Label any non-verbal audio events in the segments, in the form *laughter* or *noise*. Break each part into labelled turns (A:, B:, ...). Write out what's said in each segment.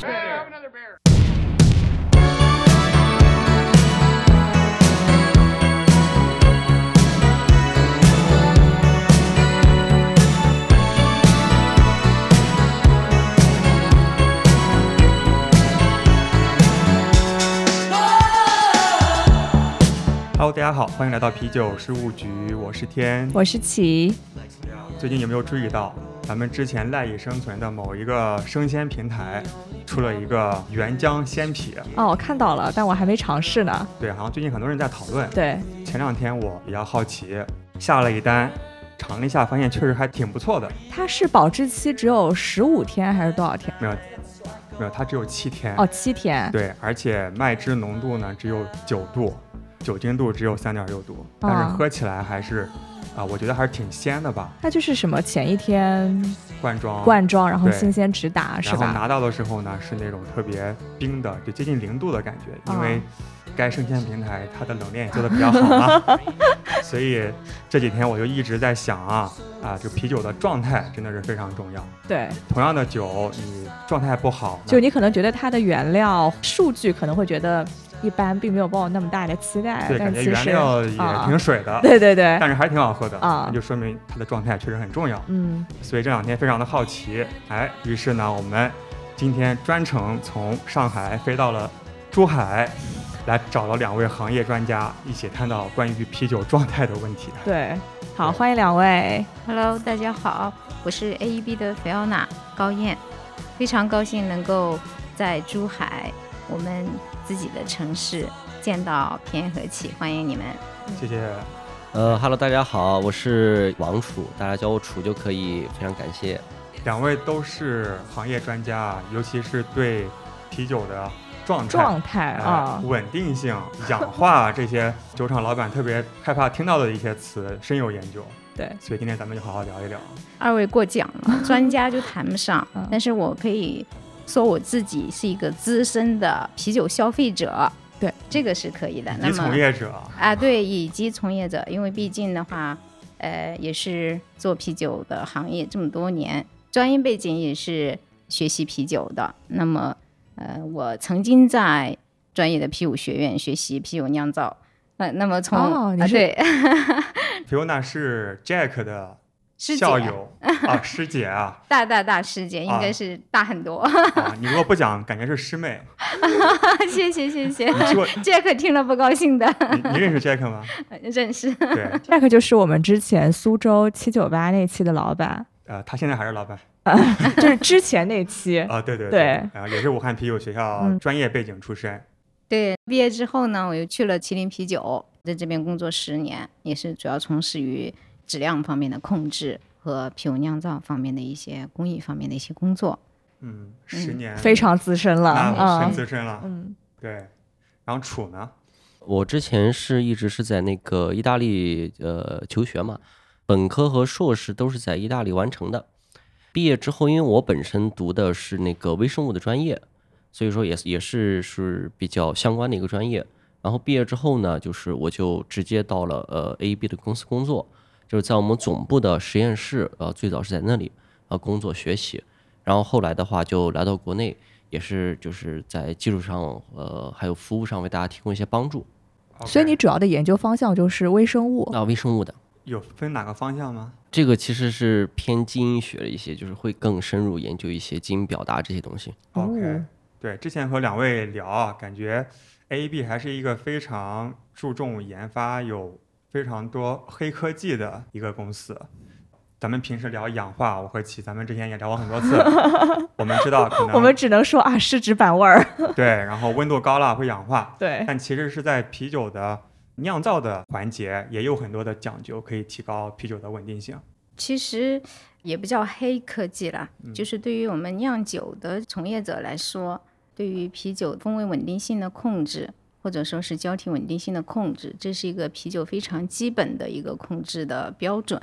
A: Brother Bear.
B: Hello，大家好，欢迎来到啤酒事务局，我是天。
C: 我是琪，
B: 最近有没有注意到，咱们之前赖以生存的某一个生鲜平台出了一个原浆鲜品？
C: 哦，我看到了，但我还没尝试呢。
B: 对，好像最近很多人在讨论。
C: 对，
B: 前两天我比较好奇，下了一单，尝了一下，发现确实还挺不错的。
C: 它是保质期只有十五天还是多少天？
B: 没有，它只有七天。
C: 哦，七天。
B: 对，而且麦汁浓度呢只有九度，酒精度只有三点六度，但是
C: 哦
B: 喝起来还是，啊、我觉得还是挺鲜的吧。
C: 那就是什么前一天
B: 罐装，
C: 灌装，然后
B: 对
C: 新鲜直达是
B: 然后
C: 吧？
B: 拿到的时候呢，是那种特别冰的，就接近零度的感觉，因
C: 啊
B: 为该生鲜平台它的冷链也做的比较好
C: *laughs*
B: 嘛，所以这几天我就一直在想啊啊，就啤酒的状态真的是非常重要。
C: 对，
B: 同样的酒，你状态不好，
C: 就你可能觉得它的原料数据可能会觉得一般，并没有抱有那么大的期待
B: 那，对，
C: 但
B: 感觉
C: 其
B: 原
C: 实，
B: 料也
C: 啊
B: 挺水的，
C: 对对对，
B: 但是还挺好喝的，
C: 啊
B: 那就说明它的状态确实很重要。
C: 嗯，
B: 所以这两天非常的好奇，哎，于是呢，我们今天专程从上海飞到了珠海，来找了两位行业专家，一起探讨关于啤酒状态的问题。
C: 对。好，
B: 对
C: 欢迎两位。
D: Hello，大家好，我是 AEB 的菲奥娜高燕，非常高兴能够在珠海我们自己的城市见到偏和气，欢迎你们。
B: 谢谢，
E: 呃哈喽，大家好，我是王楚，大家叫我楚就可以，非常感谢。
B: 两位都是行业专家，尤其是对啤酒的状态。
C: 状态
B: 哎
C: 啊，
B: 稳定性、氧化这些酒厂老板特别害怕听到的一些词，深有研究。
C: 对，
B: 所以今天咱们就好好聊一聊。
D: 二位过奖了，专家就谈不 *laughs* 上
C: 嗯，
D: 但是我可以说我自己是一个资深的啤酒消费者，
C: 对，
D: 这个是可以的。
B: 以
D: 那
B: 及
D: 么
B: 从业者，
D: 啊，对，以及从业者，因为毕竟的话，呃，也是做啤酒的行业这么多年，专业背景也是学习啤酒的。那么，呃，我曾经在专业的啤酒学院学习啤酒酿造。呃，那么从、
C: 哦你
D: 啊、
C: 是
D: 对
B: 菲欧娜是 Jack 的
D: 师姐
B: 校友啊， *laughs* 师姐啊，
D: 大大大师姐应
B: 啊
D: 该是大很多， *laughs*
B: 啊，你如果不讲，感觉是师妹。
D: 谢谢谢谢。 *laughs*
B: 你去过，
D: 杰克听了不高兴的， *laughs*
B: 你你认识 Jack 吗？ *laughs*
D: 认识
B: 对，
C: Jack 就是我们之前苏州七九八那期的老板，
B: 呃，他现在还是老板。
C: 就是之前那期
B: 啊，对对
C: 对
B: 然后也是武汉啤酒学校
C: 嗯
B: 专业背景出身。
D: 对，毕业之后呢，我又去了麒麟啤酒，在这边工作十年，也是主要从事于质量方面的控制和啤酒酿造方面的一些工艺方面的一些工作。
B: 嗯，十
D: 嗯
B: 年，
C: 非常资深了
B: 那
C: 啊
B: 很，资深了。
C: 嗯，
B: 对，然后楚呢，
E: 我之前是一直是在那个意大利呃求学嘛，本科和硕士都是在意大利完成的。毕业之后，因为我本身读的是那个微生物的专业，所以说也也是是比较相关的一个专业。然后毕业之后呢，就是我就直接到了呃 AEB 的公司工作，就是在我们总部的实验室，呃，最早是在那里呃工作学习，然后后来的话就来到国内，也是就是在技术上呃还有服务上为大家提供一些帮助。
C: 所以
B: OK
C: 你主要的研究方向就是微生物。
B: 哦
E: 啊，微生物的
B: 有分哪个方向吗？
E: 这个其实是偏基因学的一些，就是会更深入研究一些基因表达这些东西。
B: OK，
C: 哦
B: 对，之前和两位聊啊，感觉 A B 还是一个非常注重研发、有非常多黑科技的一个公司。咱们平时聊氧化，我和齐，咱们之前也聊过很多次。我们知道可能
C: *laughs* 我们只能说啊，是纸板味
B: *laughs*
C: 儿。
B: 对，然后温度高了会氧化，
C: 对，
B: 但其实是在啤酒的酿造的环节也有很多的讲究，可以提高啤酒的稳定性。
D: 其实也不叫黑科技啦，就是对于我们酿酒的从业者来说，对于啤酒风味稳定性的控制，或者说是胶体稳定性的控制，这是一个啤酒非常基本的一个控制的标准。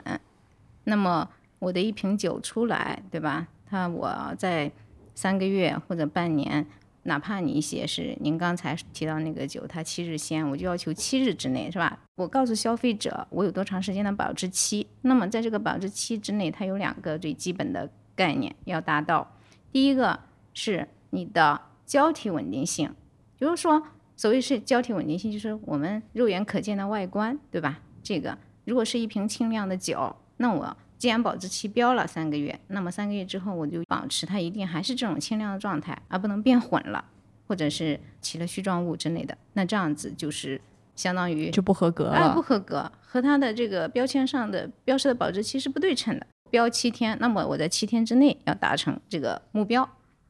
D: 那么我的一瓶酒出来，对吧？它我在三个月或者半年，哪怕你写是您刚才提到那个酒，它七日鲜，我就要求七日之内，是吧？我告诉消费者我有多长时间的保质期。那么在这个保质期之内，它有两个最基本的概念要达到，第一个是你的胶体稳定性，比如说所谓是胶体稳定性，就是我们肉眼可见的外观，对吧？这个如果是一瓶清亮的酒，那我既然保质期标了三个月，那么三个月之后我就保持它一定还是这种清亮的状态，而不能变混了，或者是起了絮状物之类的。那这样子就是相当于
C: 就不合格
D: 啊，不
C: 了。
D: 合格，和它的这个标签上的标示的保质期是不对称的。标七天，那么我在七天之内要达成这个目标。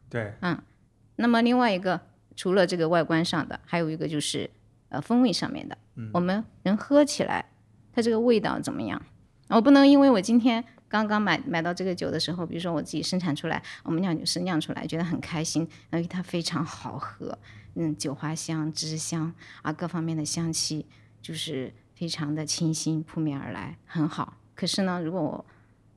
B: 对，
D: 那么另外一个，除了这个外观上的，还有一个就是呃风味上面的。我们人喝起来，它这个味道怎么样？我不能因为我今天刚刚买买到这个酒的时候，比如说我自己生产出来，我们酿酒师酿出来，觉得很开心，因为它非常好喝，嗯，酒花香、芝香啊，各方面的香气就是非常的清新扑面而来，很好。可是呢，如果我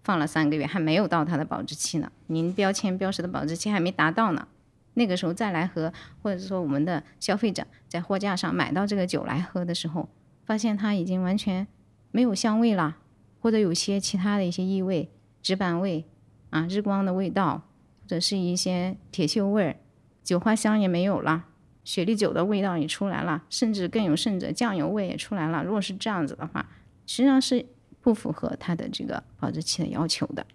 D: 放了三个月还没有到它的保质期呢，您标签标识的保质期还没达到呢，那个时候再来喝，或者是说我们的消费者在货架上买到这个酒来喝的时候，发现它已经完全没有香味啦，或者有些其他的一些异味、纸板味啊、日光的味道，或者是一些铁锈味儿，酒花香也没有了。雪莉酒的味道也出来了，甚至更有甚者，酱油味也出来了。如果是这样子的话，实际上是不符合它的这个保质期的要求的。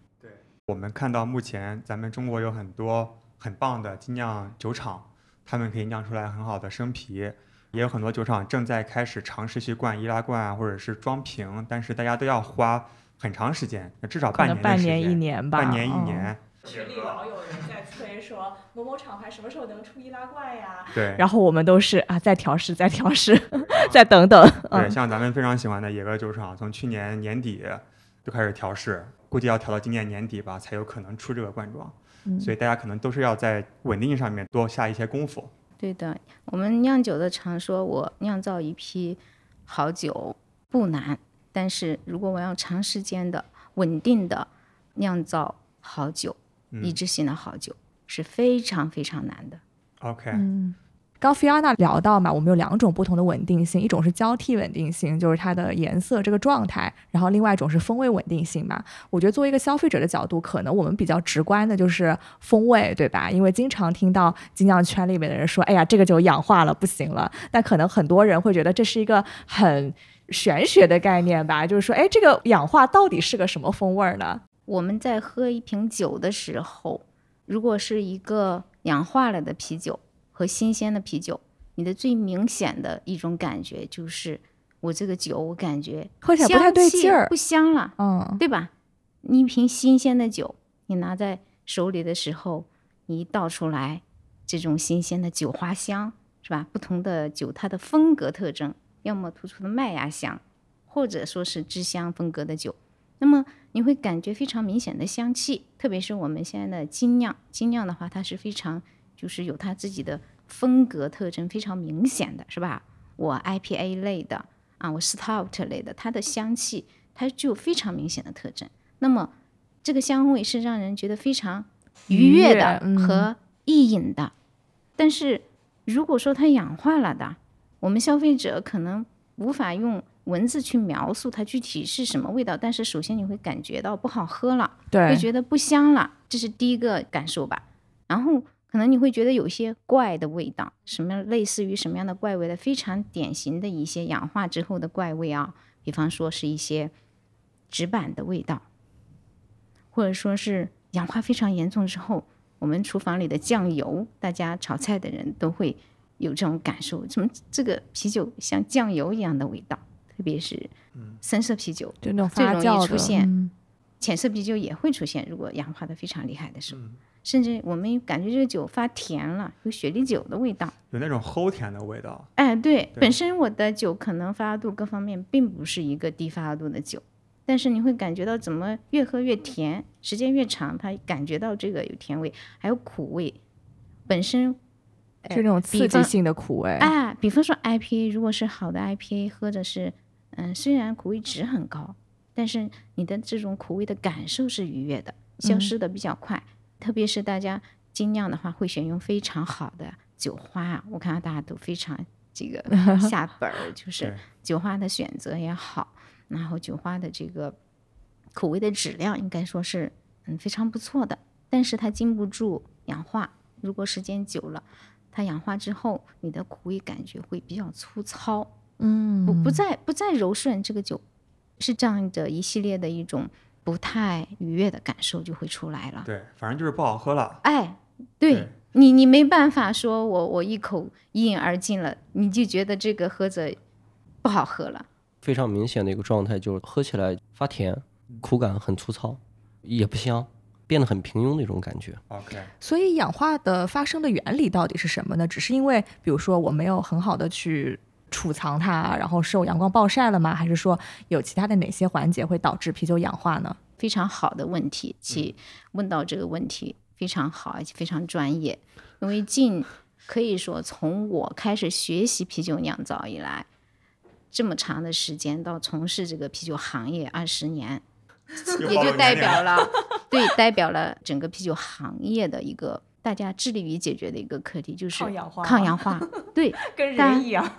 B: 我们看到目前咱们中国有很多很棒的精酿酒厂，他们可以酿出来很好的生啤，也有很多酒厂正在开始尝试去灌易拉罐啊，或者是装瓶，但是大家都要花很长时间，那至少
C: 可
B: 半年
C: 能
B: 的
C: 半
B: 时
C: 年
B: 间
C: 一年吧，
B: 半年一
C: 嗯
B: 年，
A: 群里老有人在催说某某厂牌什么时候能出易拉罐呀？
B: 对。
C: 然后我们都是啊，再调试，再调试， *laughs* 再等等。
B: 对，
C: 嗯，
B: 像咱们非常喜欢的野格酒厂，从去年年底就开始调试，估计要调到今年年底吧，才有可能出这个罐装。
C: 嗯
B: 所以大家可能都是要在稳定上面多下一些功夫。
D: 对的，我们酿酒的常说，我酿造一批好酒不难，但是如果我要长时间的、稳定的酿造好酒，一致性的好酒是非常非常难的。
B: OK，、
C: 嗯刚菲亚娜聊到嘛，我们有两种不同的稳定性，一种是交替稳定性，就是它的颜色这个状态，然后另外一种是风味稳定性嘛。我觉得作为一个消费者的角度，可能我们比较直观的就是风味，对吧？因为经常听到精酿圈里面的人说，哎呀，这个酒氧化了，不行了。但可能很多人会觉得这是一个很玄学的概念吧，就是说，哎，这个氧化到底是个什么风味儿呢？
D: 我们在喝一瓶酒的时候，如果是一个氧化了的啤酒和新鲜的啤酒，你的最明显的一种感觉就是，我这个酒我感觉
C: 喝起来不太对劲
D: 香气
C: 儿
D: 不。香了。
C: 嗯，
D: 对吧？你一瓶新鲜的酒，你拿在手里的时候，你一倒出来，这种新鲜的酒花香是吧？不同的酒它的风格特征，要么突出的麦芽香，或者说是芝香风格的酒，那么你会感觉非常明显的香气，特别是我们现在的精酿，精酿的话，它是非常就是有它自己的风格特征非常明显的是吧？我 IPA 类的啊，我 Stout 类的，它的香气它具有非常明显的特征。那么这个香味是让人觉得非常愉悦的
C: 愉悦嗯
D: 和意淫的，但是如果说它氧化了的，我们消费者可能无法用文字去描述它具体是什么味道，但是首先你会感觉到不好喝了。
C: 对
D: 会，觉得不香了，这是第一个感受吧。然后可能你会觉得有一些怪的味道，什么类似于什么样的怪味呢？非常典型的一些氧化之后的怪味啊，比方说是一些纸板的味道，或者说是氧化非常严重之后，我们厨房里的酱油，大家炒菜的人都会有这种感受，怎么这个啤酒像酱油一样的味道？特别是深色啤酒，
C: 就那种
D: 最
C: 发
D: 容易
C: 酵的
D: 出现
C: 嗯
D: 浅色啤酒也会出现，如果氧化的非常厉害的时
B: 嗯
D: 候，甚至我们感觉这个酒发甜了，有雪莉酒的味道。
B: 有那种齁甜的味道。
D: 哎，对，
B: 对
D: 本身我的酒可能发酵度各方面并不是一个低发酵度的酒，但是你会感觉到怎么越喝越甜，时间越长，它感觉到这个有甜味，还有苦味。本身
C: 就那种刺
D: 呃比
C: 激
D: 方
C: 性的苦味。
D: 哎，比方说 IPA，如果是好的 IPA，喝着是，嗯，虽然苦味值很高，但是你的这种苦味的感受是愉悦的，消失的比较快。特别是大家精酿的话，会选用非常好的酒花啊，我看到大家都非常这个下本儿，就是
B: 对
D: 酒花的选择也好，然后酒花的这个口味的质量应该说是嗯非常不错的，但是它经不住氧化，如果时间久了，它氧化之后，你的苦味感觉会比较粗糙，
C: 嗯，
D: 不不再不再柔顺，这个酒是这样的一系列的一种不太愉悦的感受就会出来了。
B: 对，反正就是不好喝了。
D: 哎，对
B: 对
D: 你，你没办法说我我一口一饮而尽了，你就觉得这个喝着不好喝了。
E: 非常明显的一个状态就是喝起来发甜，口感很粗糙，也不香，变得很平庸的一种
D: *laughs*
E: 感觉。
B: OK，
C: 所以氧化的发生的原理到底是什么呢？只是因为，比如说我没有很好的去储藏它，然后受阳光暴晒了吗？还是说有其他的哪些环节会导致啤酒氧化 *laughs* 呢？
D: 非常好的问题，去问到这个问题非常好，而且非常专业。因为近可以说从我开始学习啤酒酿造以来，这么长的时间到从事这个啤酒行业二十年，也就代表了对代表了整个啤酒行业的一个大家致力于解决的一个课题，就是
A: 抗氧化
D: 抗氧化，对，
A: 跟人
D: 但
A: 一样。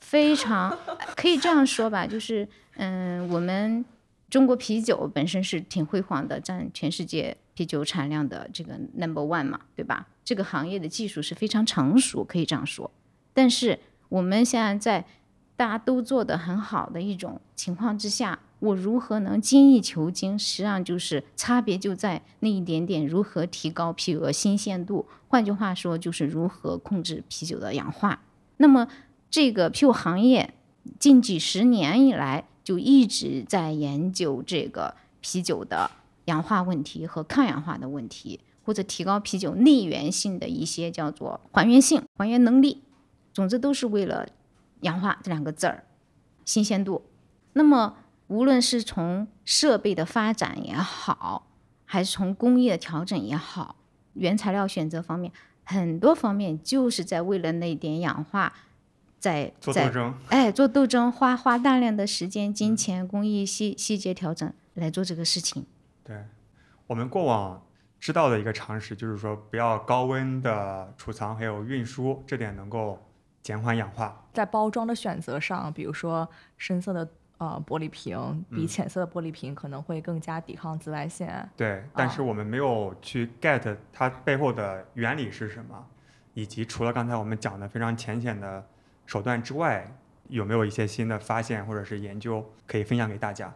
D: 非常可以这样说吧，就是嗯，我们中国啤酒本身是挺辉煌的，占全世界啤酒产量的这个 number one 嘛，对吧？这个行业的技术是非常成熟，可以这样说。但是我们现在在大家都做得很好的一种情况之下，我如何能精益求精？实际上就是差别就在那一点点，如何提高啤酒的新鲜度？换句话说，就是如何控制啤酒的氧化。那么这个啤酒行业近几十年以来就一直在研究这个啤酒的氧化问题和抗氧化的问题，或者提高啤酒内源性的一些叫做还原性、还原能力，总之都是为了氧化这两个字儿，新鲜度。那么无论是从设备的发展也好，还是从工艺的调整也好，原材料选择方面，很多方面就是在为了那点氧化。在
B: 做
D: 在
B: 斗争，
D: 哎，做斗争，花花大量的时间、金钱、工艺细细节调整来做这个事情。
B: 对我们过往知道的一个常识就是说，不要高温的储藏还有运输，这点能够减缓氧化。
C: 在包装的选择上，比如说深色的呃玻璃瓶比
B: 嗯
C: 浅色的玻璃瓶可能会更加抵抗紫外线。
B: 对，但是我们没有去 get 它背后的原理是什么，以及除了刚才我们讲的非常浅显的手段之外，有没有一些新的发现或者是研究可以分享给大家？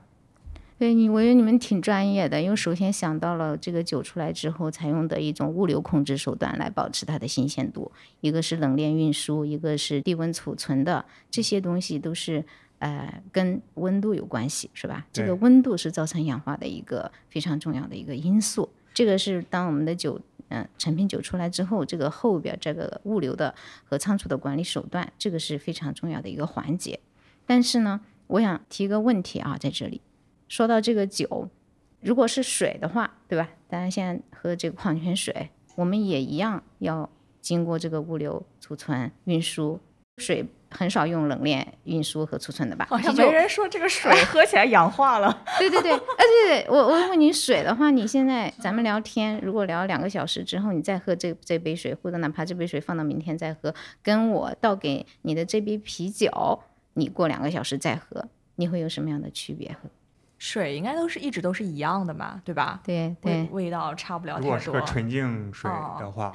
D: 对你，我觉得你们挺专业的，因为首先想到了这个酒出来之后采用的一种物流控制手段来保持它的新鲜度，一个是冷链运输，一个是低温储存的，这些东西都是呃跟温度有关系，是吧？这
B: 对
D: 个温度是造成氧化的一个非常重要的一个因素。这个是当我们的酒，嗯、成品酒出来之后，这个后边这个物流的和仓储的管理手段，这个是非常重要的一个环节。但是呢，我想提一个问题啊，在这里。说到这个酒，如果是水的话，对吧？大家现在喝这个矿泉水，我们也一样要经过这个物流、储存、运输。水很少用冷链运输和储存的吧？
C: 好像
D: 啤酒
C: 没人说这个水 *laughs* 喝起来氧化了。
D: 对对对，哎、对对，我我问你水的话，你现在咱们聊天，如果聊两个小时之后，你再喝这这杯水，或者哪怕这杯水放到明天再喝，跟我倒给你的这杯啤酒，你过两个小时再喝，你会有什么样的区别？
C: 水应该都是一直都是一样的嘛，对吧？
D: 对对
C: 味，味道差不了
B: 如果
C: 太
B: 是
C: 多
B: 个。纯净水
C: 哦
B: 的话，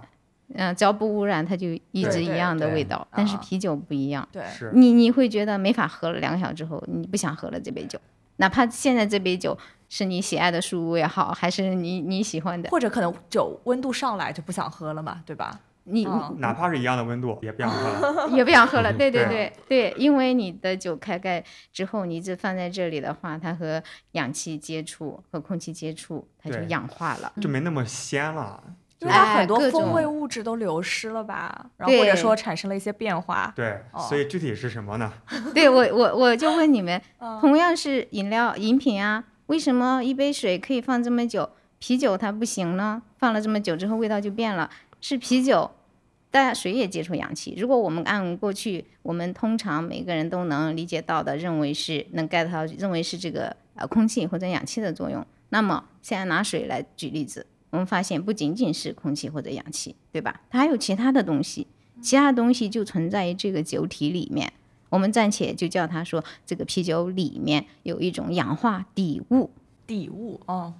D: 嗯、只要不污染，它就一
B: 对
D: 直一
C: 对
D: 样的
B: 对
D: 味道。但是
C: 啊
D: 啤酒不一样，
C: 对，
B: 是
D: 你你会觉得没法喝了，两个小时之后你不想喝了这杯酒，哪怕现在这杯酒是你喜爱的书屋也好，还是你你喜欢的，
C: 或者可能酒温度上来就不想喝了嘛，对吧？
D: 你、
C: 嗯
B: 哪怕是一样的温度，也不想
C: *laughs*
B: 喝了。
D: 也不想
B: *laughs*
D: 喝了。
E: 嗯
D: 对对
B: 对啊
D: 对对，因为你的酒开盖之后，你这放在这里的话，它和氧气接触和空气接触，它就
B: 对
D: 氧化了。
B: 就没
C: 嗯
B: 那么鲜了。
C: 因为它
D: 哎
C: 很多
D: 各
C: 风
D: 种
C: 味物质都流失了吧，然后或者
D: 对
C: 说产生了一些变化。
B: 对，
C: 哦
B: 所以具体是什么呢？
D: 对我我我就问你们，
C: 嗯
D: 同样是饮料饮品啊，为什么一杯水可以放这么久，啤酒它不行呢？放了这么久之后味道就变了，是啤酒，但水也接触氧气。如果我们按过去我们通常每个人都能理解到的，认为是能 get 到，认为是这个呃空气或者氧气的作用，那么现在拿水来举例子，我们发现不仅仅是空气或者氧气，对吧？它还有其他的东西，其他的东西就存在于这个酒体里面。我们暂且就叫它说，这个啤酒里面有一种氧化底物，
C: 底物，哦，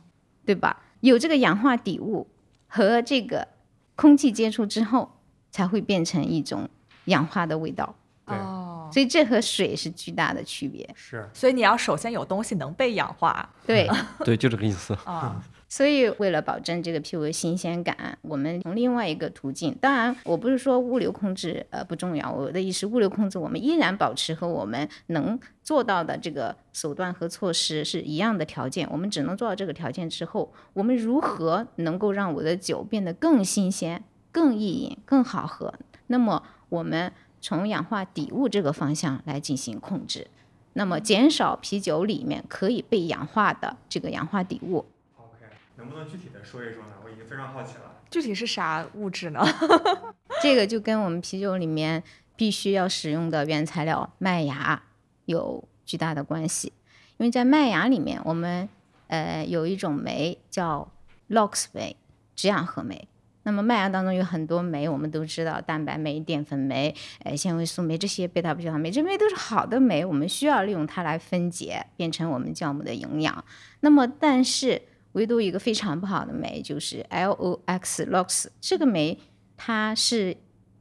D: 对吧？有这个氧化底物和这个空气接触之后，才会变成一种氧化的味道。
B: 对
C: 哦，
D: 所以这和水是巨大的区别。
B: 是
F: 所以你要首先有东西能被氧化
D: 对，
E: 对，就这个意思。
F: 啊，
D: 所以为了保证这个屁股的新鲜感，我们从另外一个途径，当然我不是说物流控制呃不重要，我的意思物流控制我们依然保持和我们能做到的这个手段和措施是一样的条件，我们只能做到这个条件之后，我们如何能够让我的酒变得更新鲜、更易饮、更好喝？那么我们从氧化底物这个方向来进行控制。那么减少啤酒里面可以被氧化的这个氧化底物，
B: OK，能不能具体的说一说呢？我已经非常好奇了。
C: 具体是啥物质呢？
D: 这个就跟我们啤酒里面必须要使用的原材料麦芽有巨大的关系，因为在麦芽里面，我们呃有一种酶叫 LOX 酶，脂氧合酶。那么麦芽当中有很多酶，我们都知道蛋白酶、淀粉酶、呃纤维素酶这些贝塔不血糖酶，这些酶都是好的酶，我们需要利用它来分解，变成我们酵母的营养。那么但是唯独一个非常不好的酶就是 LOX LOX 这个酶它是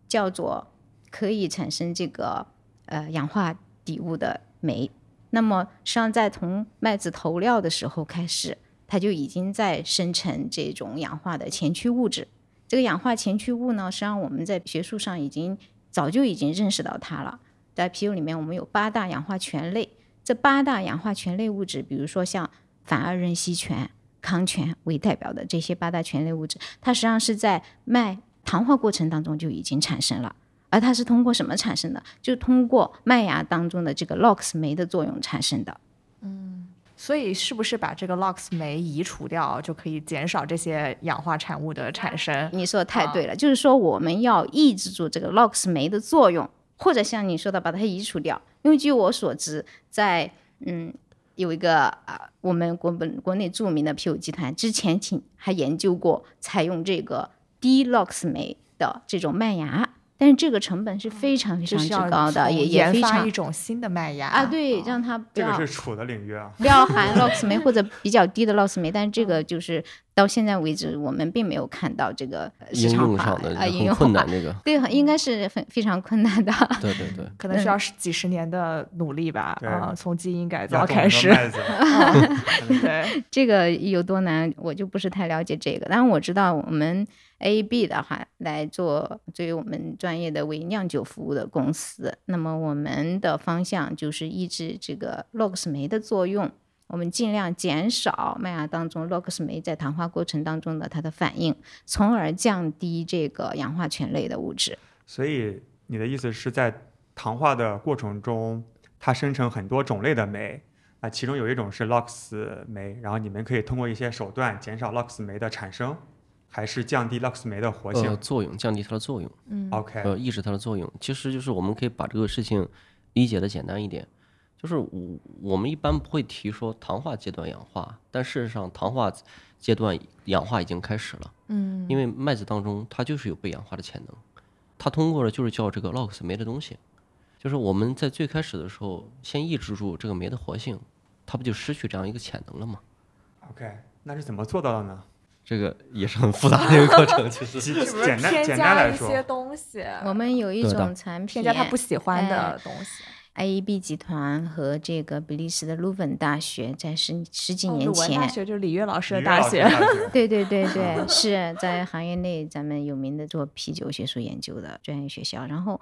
D: 叫做可以产生这个呃氧化底物的酶。那么实际上在从麦子投料的时候开始，它就已经在生成这种氧化的前驱物质。这个氧化前驱物呢，实际上我们在学术上已经早就已经认识到它了。在啤酒里面，我们有八大氧化醛类，这八大氧化醛类物质，比如说像反二壬烯醛、康醛为代表的这些八大醛类物质，它实际上是在麦糖化过程当中就已经产生了。而它是通过什么产生的？就是通过麦芽当中的这个 LOX 酶的作用产生的。
C: 所以是不是把这个 LOX 酶移除掉，就可以减少这些氧化产物的产生？
D: 你说的太对了，就是说我们要抑制住这个 LOX 酶的作用，或者像你说的把它移除掉。因为据我所知，在嗯有一个啊，我们国本国内著名的啤酒集团之前请还研究过采用这个低 LOX 酶的这种麦芽，但是这个成本是非常非
C: 嗯就
D: 常
C: 是
D: 之
C: 要
D: 高的，
C: 从
D: 也也
C: 研
D: 非
C: 发
D: 常
C: 一种新的麦芽
D: 啊，对，
C: 哦
D: 让它不
B: 这个
D: 要
B: 是楚的领
C: *laughs*
B: 域啊。
D: 不要含 LOX 酶或者比较低的 LOX 酶，但是这个就是到现在为止，我们并没有看到这个呃市
E: 应
D: 场
E: 用
D: 化
E: 上的
D: 啊应
E: 很
D: 用
E: 困
D: 化
E: 难，这个。
D: 对，很应该是很非常困难的。
E: 对对对，
C: 可能需
D: 嗯
C: 要十几十年的努力吧，
B: 对
C: 啊，从基因改
B: 要
C: 造
B: 懂
C: 开
B: 得
C: 始，
B: 麦子，
C: *laughs* 对，
D: 这个有多难，我就不是太了解这个。但是我知道我们 A B 的话来做作为我们专业的为酿酒服务的公司，那么我们的方向就是抑制这个 LOX 酶的作用，我们尽量减少麦芽当中 LOX 酶在糖化过程当中的它的反应，从而降低这个氧化醛类的物质。
B: 所以你的意思是在糖化的过程中，它生成很多种类的酶，啊，其中有一种是 LOX 酶，然后你们可以通过一些手段减少 LOX 酶的产生，还是降低 LOX 酶的活性、
E: 呃，作用降低它的作用，
B: o k
E: 呃，抑制它的作用。其实就是我们可以把这个事情理解的简单一点，就是我我们一般不会提说糖化阶段氧化，但事实上糖化阶段氧化已经开始了。嗯，因为麦子当中它就是有被氧化的潜能，它通过了就是叫这个 LOX 酶的东西，就是我们在最开始的时候先抑制住这个酶的活性，它不就失去这样一个潜能了吗？
B: OK，那是怎么做到的呢？
E: 这个也是很复杂的一个过程， *laughs* 其实。
B: 简
C: 是不是
B: 简单
C: 添
B: 简单
C: 加
B: 来
C: 一
B: 说，
C: 些东西，
D: 我们嗯有一
E: 对的
D: 种产品，
C: 添加他不喜欢的东西？
D: IEB 集团和这个比利时的卢本大学在十十几
C: 哦
D: 年
C: 鲁文
D: 前，
C: 大学就是李悦老师的
B: 于
C: 大
B: 老师
C: 学，
B: 大学
D: 对对对对，是在行业内咱们有名的做啤酒学术研究的专业学校。然后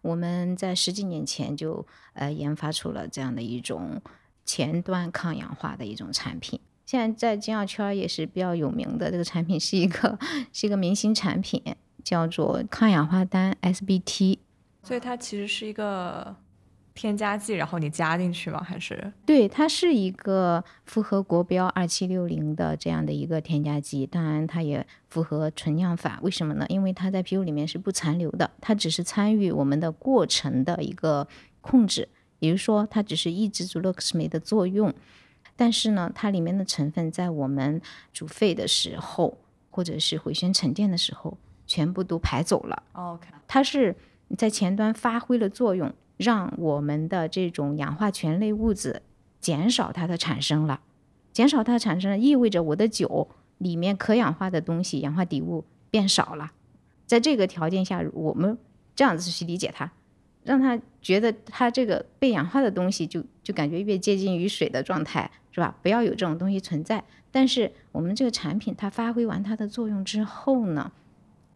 D: 我们在十几年前就呃研发出了这样的一种前端抗氧化的一种产品。现在在金药圈儿也是比较有名的，这个产品是一个是一个明星产品，叫做抗氧化单 SBT。
C: *laughs* 所以它其实是一个添加剂，然后你加进去吗？还是
D: 对，它是一个符合国标二七六零的这样的一个添加剂，当然它也符合纯酿法。为什么呢？因为它在啤酒里面是不残留的，它只是参与我们的过程的一个控制，也就是说，它只是抑制住 LOX 酶的作用。但是呢，它里面的成分在我们煮沸的时候，或者是回旋沉淀的时候，全部都排走了。
F: ？OK，
D: 它是在前端发挥了作用，让我们的这种氧化醛类物质减少它的产生了。减少它的产生了，意味着我的酒里面可氧化的东西、氧化底物变少了。在这个条件下，我们这样子去理解它，让他觉得他这个被氧化的东西就就感觉越接近于水的状态，是吧？不要有这种东西存在。但是我们这个产品它发挥完它的作用之后呢，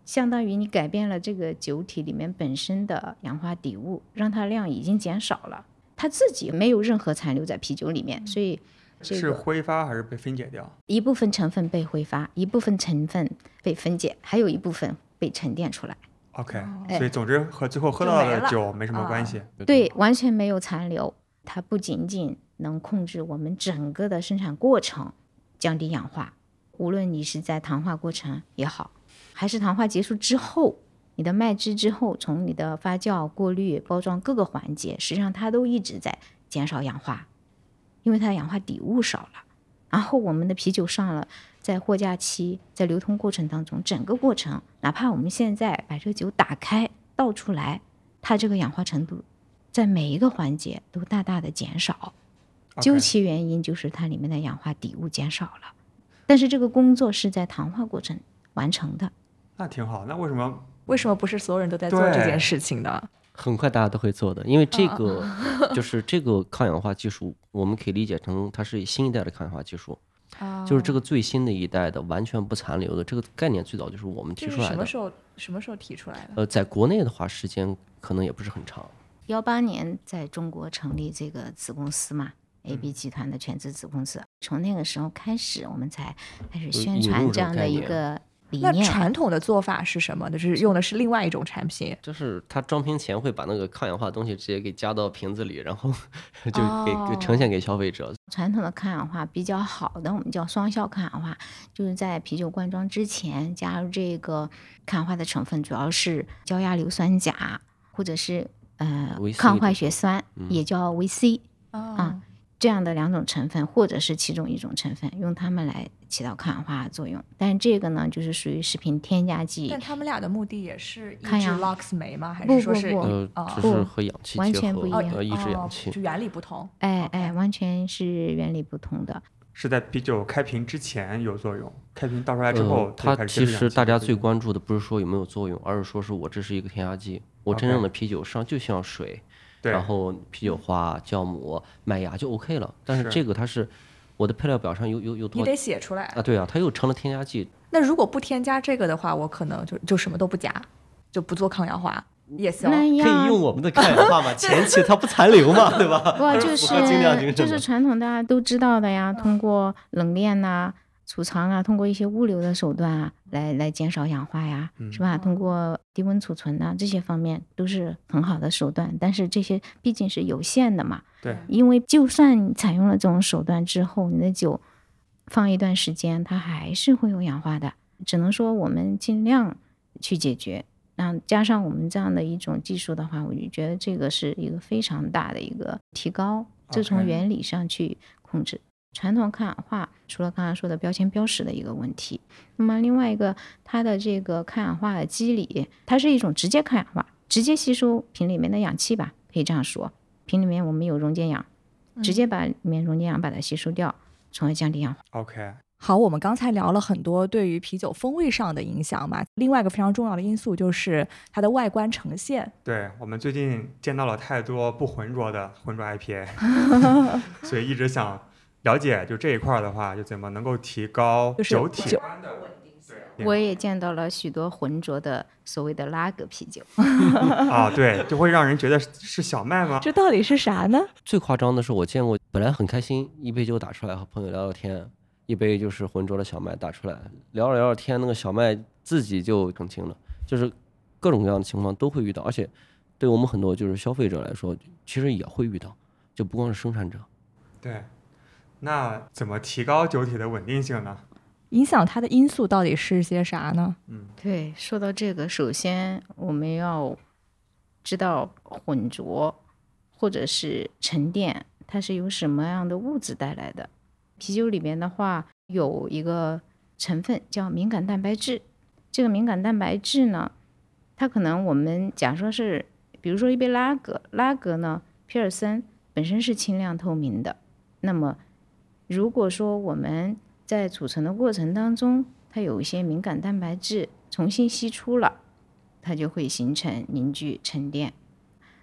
D: 相当于你改变了这个酒体里面本身的氧化底物，让它量已经减少了，它自己没有任何残留在啤酒里面，所以这个
B: 是挥发还是被分解掉？
D: 一部分成分被挥发，一部分成分被分解，还有一部分被沉淀出来。
B: OK，、
D: 哎
B: 所以总之和最后喝
F: 就
B: 到
F: 没
B: 的
F: 了
B: 酒没什么关
F: 啊
B: 系。
D: 对，完全没有残留。它不仅仅能控制我们整个的生产过程，降低氧化，无论你是在糖化过程也好，还是糖化结束之后，你的麦汁之后，从你的发酵、过滤、包装各个环节，实际上它都一直在减少氧化，因为它氧化底物少了。然后我们的啤酒上了，在货架期、在流通过程当中，整个过程，哪怕我们现在把这个酒打开倒出来，它这个氧化程度在每一个环节都大大的减少。究
B: OK
D: 其原因，就是它里面的氧化底物减少了，但是这个工作是在糖化过程完成的。
B: 那挺好。那为什么
C: 为什么不是所有人都在做
B: 对
C: 这件事情呢？
E: 很快大家都会做的，因为
C: 嗯
E: 这个 *laughs* 就是这个抗氧化技术，我们可以理解成它是新一代的抗氧化技术，
D: 哦
C: 哦
E: 就是这个最新的一代的完全不残留的这个概念，最早就是我们提
C: 这
E: 出
C: 是
E: 来
C: 什
E: 的
C: 么。时候什么时候提出来的？
E: 呃，在国内的话，时间可能也不是很长。
D: 幺八年在中国成立这个子公司嘛，AB
E: 嗯
D: 集团的全资子公司，从那个时候开始，我们才开始宣
E: 引
D: 传
E: 入这
D: 这样
E: 种
D: 的
E: 概
D: 一
E: 念
D: 个理
C: 那
D: 念。
C: 传统的做法是什么呢？就是用的是另外一种产品，
E: 就是它装瓶前会把那个抗氧化的东西直接给加到瓶子里，然后
C: 哦
E: *laughs* 就给、给呈现给消费者。
D: 传统的抗氧化比较好的，我们叫双效抗氧化，就是在啤酒灌装之前加入这个抗氧化的成分，主要是焦亚硫酸钾或者是呃
E: VC
D: 抗坏血酸，
E: 嗯
D: 也叫 VC
C: 啊，
D: 这样的两种成分，或者是其中一种成分，用它们来起到抗氧化的作用。但这个呢，就是属于食品添加剂
C: 但，他们俩的目的也是抑
D: 看
C: 制
D: 呀
C: LOX 酶吗？还
D: 不
C: 是说
D: 不
C: 是
D: 不
E: 呃，
C: 哦
E: 只是和氧气
D: 完
E: 结
D: 全不
E: 合
D: 一，样
E: 呃，抑制氧
C: 哦
E: 气。
C: 就原理不同。
D: 哎哎，完全是原理不同的。
B: 是在啤酒开瓶之前有作用，开瓶倒出来之
E: 呃
B: 后，
E: 它
B: 就开始
E: 其
B: 接触氧
E: 实
B: 气
E: 大家
B: 了
E: 最关注的不是说有没有作用，而是说是我这是一个添加剂，我真
B: OK
E: 正的啤酒上就像水，
B: 对
E: 然后啤酒花、酵母、麦芽就 OK 了。但是
B: 是
E: 这个它是我的配料表上有有有
C: 你
E: 多
C: 得写出来。
E: 啊？对啊，它又成了添加剂。
C: 那如果不添加这个的话，我可能就就什么都不加，就不做抗氧化也行。
D: 那
E: 可以
D: 样
E: 用我们的抗氧化嘛，前期它不残留嘛，对 *laughs* 吧？
D: 啊 *laughs* 不就
E: 符合精酿精
D: 是
E: 神
D: 就是
E: 的
D: 传统大家都知道的呀，通过冷链呐、储藏啊，通过一些物流的手段啊，来来减少氧化呀，
E: 嗯
D: 是吧？通过低温储存呐、这些方面都是很好的手段，但是这些毕竟是有限的嘛。
B: 对，
D: 因为就算你采用了这种手段之后，你的酒放一段时间，它还是会有氧化的，只能说我们尽量去解决。那加上我们这样的一种技术的话，我就觉得这个是一个非常大的一个提高，这从
B: OK
D: 原理上去控制。传统抗氧化除了刚才说的标签标识的一个问题，那么另外一个它的这个抗氧化的机理，它是一种直接抗氧化，直接吸收瓶里面的氧气吧，可以这样说。瓶里面我们有溶解氧，直接把里面溶解氧把它吸收掉，从而降低氧化。
B: OK，
C: 好，我们刚才聊了很多对于啤酒风味上的影响嘛，另外一个非常重要的因素就是它的外观呈现。
B: 对我们最近见到了太多不浑浊的浑浊 IPA，所以一直想了解就这一块儿的话，就怎么能够提高
C: 就是
B: 酒体
E: 啊
C: 酒
B: 对
D: 我也见到了许多浑浊的所谓的拉格啤酒，
B: 啊？对，就会让人觉得是是小麦吗？
C: 这到底是啥呢？
E: 最夸张的是，我见过本来很开心，一杯酒打出来和朋友聊聊天，一杯就是浑浊的小麦打出来，聊着聊着天，那个小麦自己就澄清了，就是各种各样的情况都会遇到，而且对我们很多就是消费者来说，其实也会遇到，就不光是生产者。
B: 对，那怎么提高酒体的稳定性呢？
C: 影响它的因素到底是些啥呢？
D: 对，说到这个，首先我们要知道混浊或者是沉淀，它是由什么样的物质带来的。啤酒里面的话，有一个成分叫敏感蛋白质，这个敏感蛋白质呢，它可能我们假说是，比如说一杯拉格，拉格呢，皮尔森本身是清亮透明的，那么如果说我们在储存的过程当中，它有一些敏感蛋白质重新析出了，它就会形成凝聚沉淀。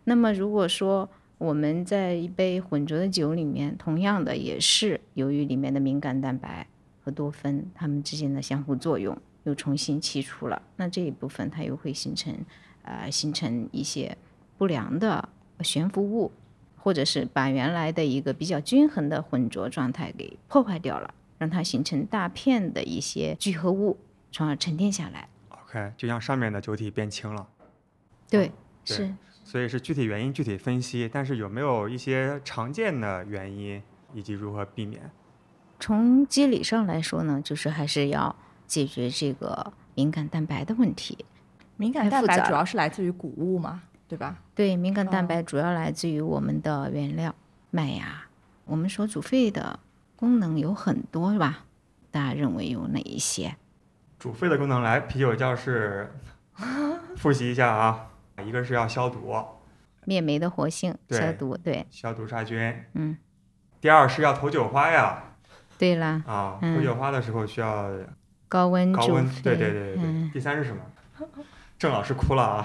D: 那么如果说我们在一杯混浊的酒里面，同样的也是由于里面的敏感蛋白和多酚它们之间的相互作用，又重新起出了，那这一部分它又会形成呃形成一些不良的悬浮物，或者是把原来的一个比较均衡的混浊状态给破坏掉了，让它形成大片的一些聚合物，从而沉淀下来。
B: OK，就让上面的酒体变轻了，
D: 对，
B: 对
D: 嗯是
B: 所以是具体原因具体分析，但是有没有一些常见的原因以及如何避免？
D: 从机理上来说呢，就是还是要解决这个敏感蛋白的问题。
C: 敏感
D: 太
C: 蛋
D: 复
C: 白
D: 杂
C: 主
D: 了
C: 要是来自于谷物嘛，对吧？
D: 对，嗯敏感蛋
C: 哦
D: 白主要来自于我们的原料麦芽。我们所煮沸的功能有很多是吧？大家认为有哪一些？
B: 煮沸的功能来啤酒教室 *laughs* 复习一下啊，一个是要消毒，
D: 灭霉的活性
B: 对
D: 消毒，对，
B: 消毒杀菌，
D: 嗯，
B: 第二是要投酒花呀，
D: 对啦，
B: 啊，
D: 嗯
B: 投酒花的时候需要
D: 高温
B: 高
D: 煮
B: 温，
D: 沸，
B: 对对对对对。
D: 嗯，
B: 第三是什么？郑老师哭了啊，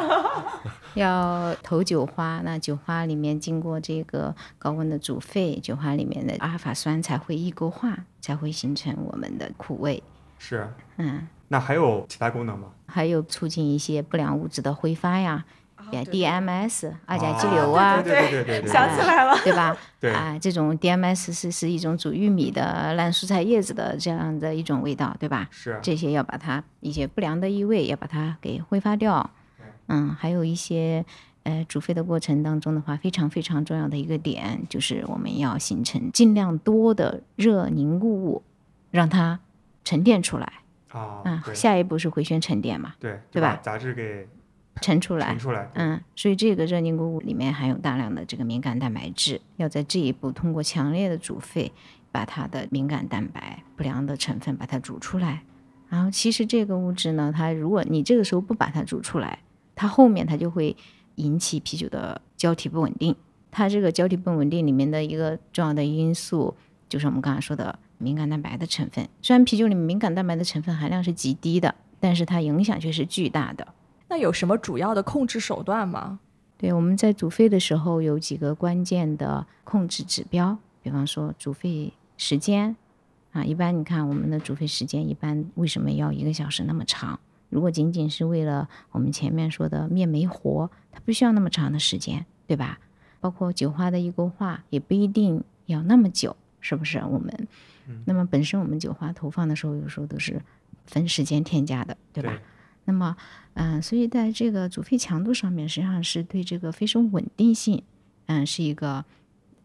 D: 要投酒花，那酒花里面经过这个高温的煮沸，酒花里面的阿尔法酸才会异构化，才会形成我们的苦味，
B: 是。
D: *laughs* 嗯，
B: 那还有其他功能吗？
D: 还有促进一些不良物质的挥发呀，
A: 对
F: 啊
D: 呀
A: 对对
D: DMS 二甲
B: 啊
D: 基硫啊，
B: 对对对对对
D: *laughs*
B: 对，
A: 想起来了，
D: 对吧？
B: 对
D: 啊，这种 DMS 是是一种煮玉米的、烂蔬菜叶子的这样的一种味道，对吧？
B: 是
D: 这些要把它一些不良的异味要把它给挥发掉
B: 对。
D: 嗯，还有一些呃煮沸的过程当中的话，非常非常重要的一个点就是我们要形成尽量多的热凝固物，让它沉淀出来。
B: 啊，
D: 嗯，
B: 对
D: 下一步是回旋沉淀嘛，
B: 对
D: 对
B: 就把
D: 吧
B: 杂质给
D: 沉出来
B: 沉。出来，对
D: 嗯，所以这个热凝固物里面含有大量的这个敏感蛋白质，要在这一步通过强烈的煮沸，把它的敏感蛋白不良的成分把它煮出来。然后其实这个物质呢，它如果你这个时候不把它煮出来，它后面它就会引起啤酒的胶体不稳定。它这个胶体不稳定里面的一个重要的因素，就是我们刚才说的敏感蛋白的成分。虽然啤酒里面敏感蛋白的成分含量是极低的，但是它影响却是巨大的。
C: *laughs* 那有什么主要的控制手段吗？
D: 对，我们在煮沸的时候有几个关键的控制指标，比方说煮沸时间啊，一般你看我们的煮沸时间一般为什么要一个小时那么长？如果仅仅是为了我们前面说的灭霉活，它不需要那么长的时间，对吧？包括酒花的异构化也不一定要那么久，是不是？啊我们，那么本身我们酒花投放的时候，有时候都是分时间添加的，对吧？
B: 对
D: 那么，嗯、所以在这个煮沸强度上面，实际上是对这个飞升稳定性，嗯、是一个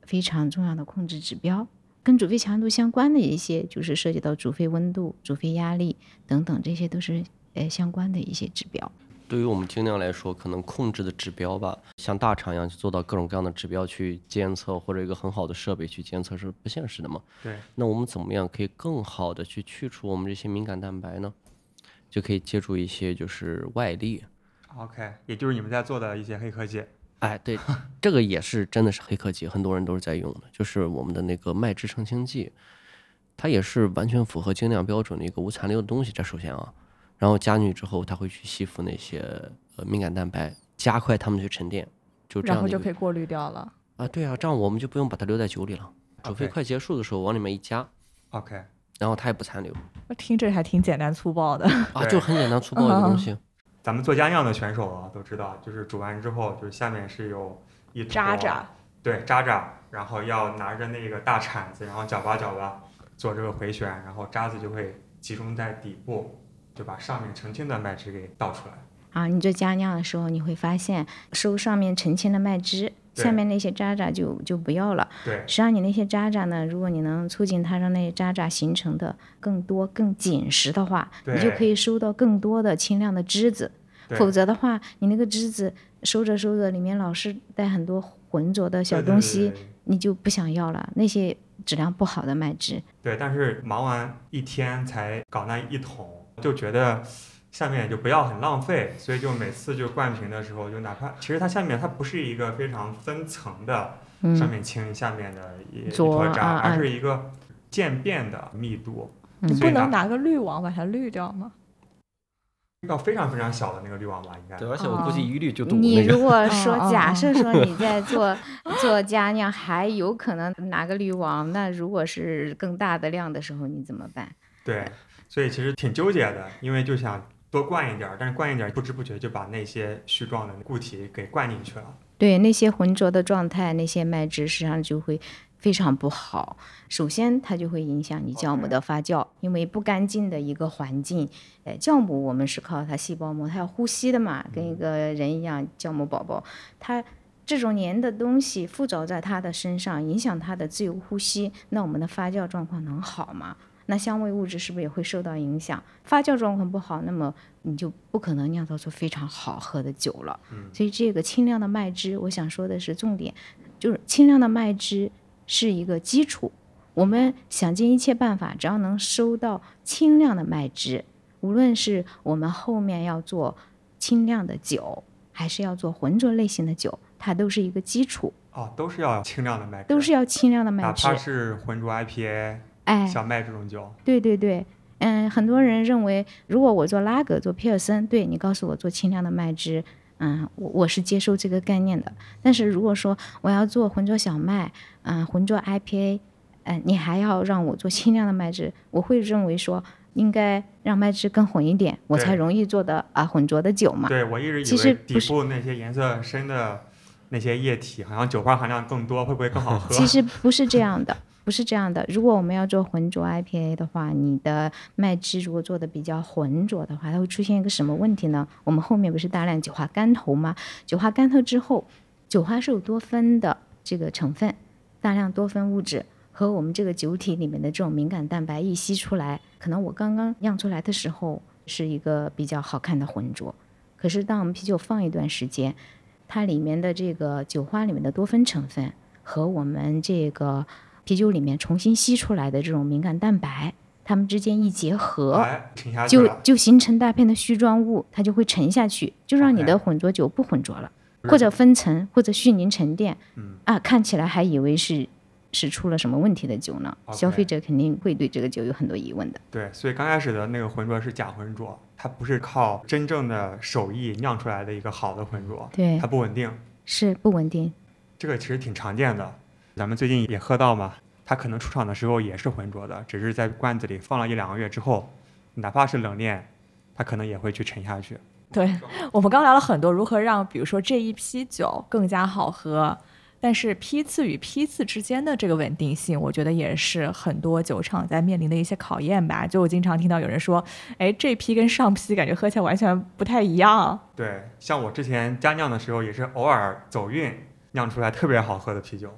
D: 非常重要的控制指标。跟煮沸强度相关的一些，就是涉及到煮沸温度、煮沸压力等等，这些都是呃相关的一些指标。
E: 对于我们精酿来说，可能控制的指标吧，像大厂一样去做到各种各样的指标去监测，或者一个很好的设备去监测是不现实的嘛。
B: 对，
E: 那我们怎么样可以更好的去去除我们这些敏感蛋白呢？就可以借助一些就是外力，
B: OK，也就是你们在做的一些黑科技。
E: 哎，对，这个也是真的是黑科技，很多人都是在用的，就是我们的那个麦汁澄清剂，它也是完全符合精酿标准的一个无残留的东西。这首先啊，然后加进去之后，它会去吸附那些呃敏感蛋白，加快它们去沉淀，就这
C: 然
E: 样
C: 后
E: 的一
C: 就
E: 个
C: 可以过滤掉了。
E: 啊，对啊，这样我们就不用把它留在酒里了，除非
B: OK
E: 快结束的时候往里面一加，
B: OK，
E: 然后它也不残留
C: 听着还挺简单粗暴的。
E: 啊，就很简单粗暴一个东西。
B: 咱们做家酿的选手啊都知道，就是煮完之后，就是下面是有一坨
A: 渣
E: 啊
A: 渣，
B: 对渣渣，然后要拿着那个大铲子，然后搅吧搅吧，做这个回旋，然后渣子就会集中在底部，就把上面澄清的麦汁给倒出来。
D: 啊，你这加酿的时候，你会发现收上面澄清的麦汁，
B: 对
D: 下面那些渣渣就就不要了。
B: 对，
D: 实际上，你那些渣渣呢，如果你能促进它让那些渣渣形成的更多、更紧实的话，你就
B: 对
D: 可以收到更多的轻量的汁子。
B: 对
D: 否则的话，你那个汁子收着收着，里面老是带很多浑浊的小
B: 对对
D: 东西，
B: 对对对
D: 你就不想要了。那些质量不好的麦汁，
B: 对，但是忙完一天才搞那一桶，就觉得下面就不要很浪费，所以就每次就灌瓶的时候，就哪怕其实它下面它不是一个非常分层的，上
D: 嗯，
B: 面轻下面的一一
D: 浊
B: 坨渣，
D: 啊啊
B: 而是一个渐变的密度。
D: 嗯
C: 你
B: 所
C: 不
B: 以
C: 能
B: 哪
C: 拿个滤网把它滤掉吗？
B: 要非常非常小的那个滤网吧，应该
E: 对，而且我估计
C: 嗯
E: 一律就赌
D: 你
E: 那个
D: 如果说
C: 哦哦
D: 假
C: 哦
D: 设说你
B: *laughs*
D: 在做做家酿，还有可能拿个滤网，那如果是更大的量的时候，你怎么办？
B: 对，所以其实挺纠结的，因为就想多灌一点儿，但是灌一点儿不知不觉就把那些絮状的固体给灌进去了。
D: 对那些浑浊的状态，那些麦汁实际上就会非常不好。首先，它就会影响你酵母的发酵，因为不干净的一个环境，呃，酵母我们是靠它细胞膜，它要呼吸的嘛，跟一个人一样，酵母宝宝，它。这种黏的东西附着在它的身上，影响它的自由呼吸，那我们的发酵状况能好吗？那香味物质是不是也会受到影响？发酵状况不好，那么你就不可能酿造出非常好喝的酒了。所以这个清亮的麦汁，我想说的是重点，就是清亮的麦汁是一个基础。我们想尽一切办法，只要能收到清亮的麦汁，无论是我们后面要做清亮的酒，还是要做浑浊类型的酒，它都是一个基础，
B: 哦，都是要清亮的麦汁，
D: 都是要清亮的麦
B: 哪
D: 汁
B: 怕。是浑浊 IPA、
D: 哎，
B: 小麦这种酒，
D: 对对对，嗯，很多人认为，如果我做拉格、做皮尔森，对你告诉我做清亮的麦汁，嗯，我我是接受这个概念的。但是如果说我要做浑浊小麦，嗯，浑浊 IPA，嗯，你还要让我做清亮的麦汁，我会认为说应该让麦汁更混一点，我才
B: 对
D: 容易做的啊浑浊的酒嘛。
B: 对我一直
D: 其
B: 以
D: 实
B: 为
D: 不
B: 底
D: 是
B: 部那些颜色深的那些液体，好像酒花含量更多，会不会更好喝？
D: *laughs* 其实不是这样的， *laughs* 不是这样的。如果我们要做浑浊 IPA 的话，你的麦汁如果做的比较浑浊的话，它会出现一个什么问题呢？我们后面不是大量酒花干头吗？酒花干头之后，酒花是有多酚的这个成分，大量多酚物质。和我们这个酒体里面的这种敏感蛋白一析出来，可能我刚刚酿出来的时候是一个比较好看的浑浊，可是当我们啤酒放一段时间，它里面的这个酒花里面的多酚成分和我们这个啤酒里面重新析出来的这种敏感蛋白，它们之间一结合，
B: 哎，沉下去
D: 就
B: 了，
D: 就形成大片的絮状物，它就会沉下去，就让你
B: OK
D: 的浑浊酒不浑浊了，或者分层，或者絮凝沉淀，
B: 嗯
D: 啊，看起来还以为是是出了什么问题的酒呢
B: OK
D: 消费者肯定会对这个酒有很多疑问的。
B: 对，所以刚开始的那个浑浊是假浑浊，它不是靠真正的手艺酿出来的一个好的浑浊，
D: 对
B: 它，不稳定。
D: 是不稳定，
B: 这个其实挺常见的，咱们最近也喝到嘛，它可能出厂的时候也是浑浊的，只是在罐子里放了一两个月之后，哪怕是冷链，它可能也会去沉下去。
C: 对，我们刚聊了很多如何让，比如说这一批酒更加好喝，但是批次与批次之间的这个稳定性，我觉得也是很多酒厂在面临的一些考验吧。就我经常听到有人说，哎，这批跟上批感觉喝起来完全不太一样。
B: 对，像我之前加酿的时候，也是偶尔走运酿出来特别好喝的啤酒，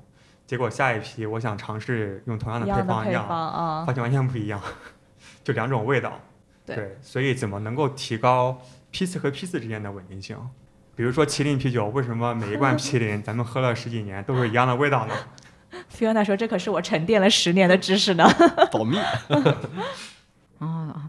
B: 结果下一批我想尝试用同样
C: 一
B: 的配
C: 样的
B: 方
C: 配
B: 酿，
C: 方啊，
B: 发现完全不一样， *laughs* 就两种味道。
C: 对
B: 所以怎么能够提高批次和批次之间的稳定性？比如说麒麟啤酒，为什么每一罐麒麟咱们喝了十几年都是一样的味道呢？
C: 菲欧娜说：“这可是我沉淀了十年的知识呢。
E: 保密。
D: 哦，哦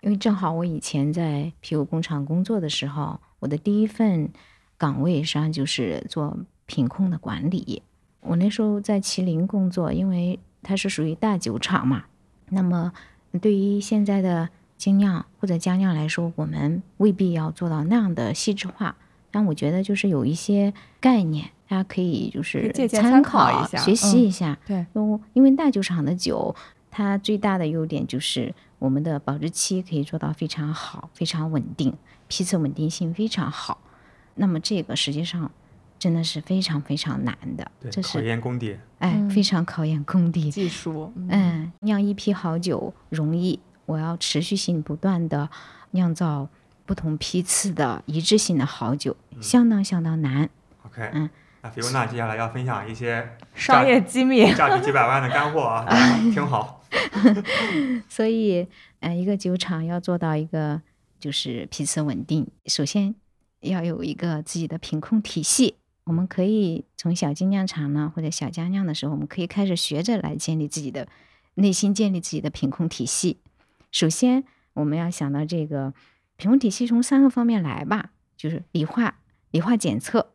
D: 因为正好我以前在啤酒工厂工作的时候，我的第一份岗位实际上就是做品控的管理。我那时候在麒麟工作，因为它是属于大酒厂嘛。那么对于现在的精酿或者佳酿来说，我们未必要做到那样的细致化。但我觉得就是有一些概念，大家可以
C: 可
D: 就
C: 以
D: 是
C: 借鉴
D: 参
C: 参考一下嗯
D: 学习一下。
C: 对，
D: 因为因为大酒厂的酒，它最大的优点就是我们的保质期可以做到非常好、非常稳定，批次稳定性非常好。那么这个实际上真的是非常非常难的，这
B: 考
D: 是
B: 验功底。
D: 哎、
C: 嗯
D: 非常考验功底”的。
C: 技术，
D: 嗯，酿一批好酒容易，我要持续性不断的酿造不同批次的一致性的好酒，
B: 嗯
D: 相当相当难。
B: OK，
D: 嗯
B: 那菲欧娜接下来要分享一些
C: 商业机密。
B: 价值几百万的干货
C: *laughs*
B: 啊，大
C: 哎
B: 家听好。
D: 所以，呃，一个酒厂要做到一个就是批次稳定，首先要有一个自己的品控体系。我们可以从小精酿厂呢，或者小家酿的时候，我们可以开始学着来建立自己的内心，建立自己的品控体系。首先，我们要想到这个品控体系从三个方面来吧，就是理化、理化检测、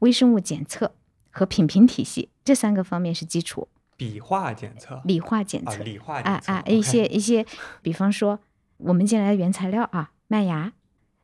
D: 微生物检测和品评体系这三个方面是基础。
B: 笔画检测
D: 理化检
B: 啊，
D: 测，
B: 理化检
D: 啊
B: 测 *laughs*
D: 啊，
B: ，OK
D: 一些一些，比方说我们进来的原材料啊，麦芽、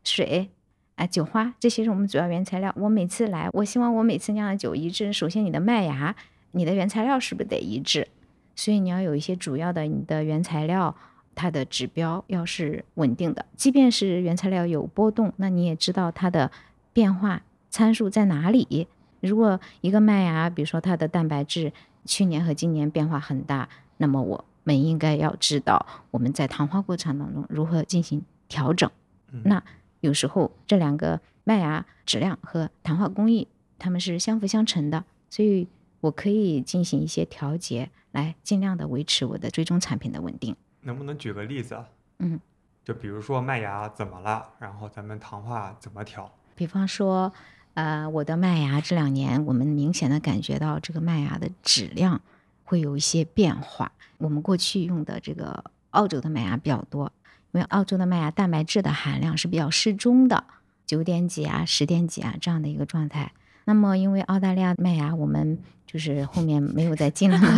D: 水。啊，酒花这些是我们主要原材料。我每次来，我希望我每次酿的酒一致。首先，你的麦芽、你的原材料是不是得一致？所以你要有一些主要的你的原材料，它的指标要是稳定的。即便是原材料有波动，那你也知道它的变化参数在哪里。如果一个麦芽，比如说它的蛋白质去年和今年变化很大，那么我们应该要知道我们在糖化过程当中如何进行调整。
B: 嗯
D: 那有时候这两个麦芽质量和糖化工艺它们是相辅相成的，所以我可以进行一些调节，来尽量的维持我的最终产品的稳定。
B: 能不能举个例子啊？
D: 嗯，
B: 就比如说麦芽怎么了，然后咱们糖化怎么调？
D: 比方说，呃，我的麦芽这两年，我们明显的感觉到这个麦芽的质量会有一些变化。我们过去用的这个澳洲的麦芽比较多，因为澳洲的麦芽蛋白质的含量是比较适中的，九点几啊、十点几啊这样的一个状态。那么，因为澳大利亚麦芽，我们就是后面没有再进了
C: *laughs*
D: 嘛，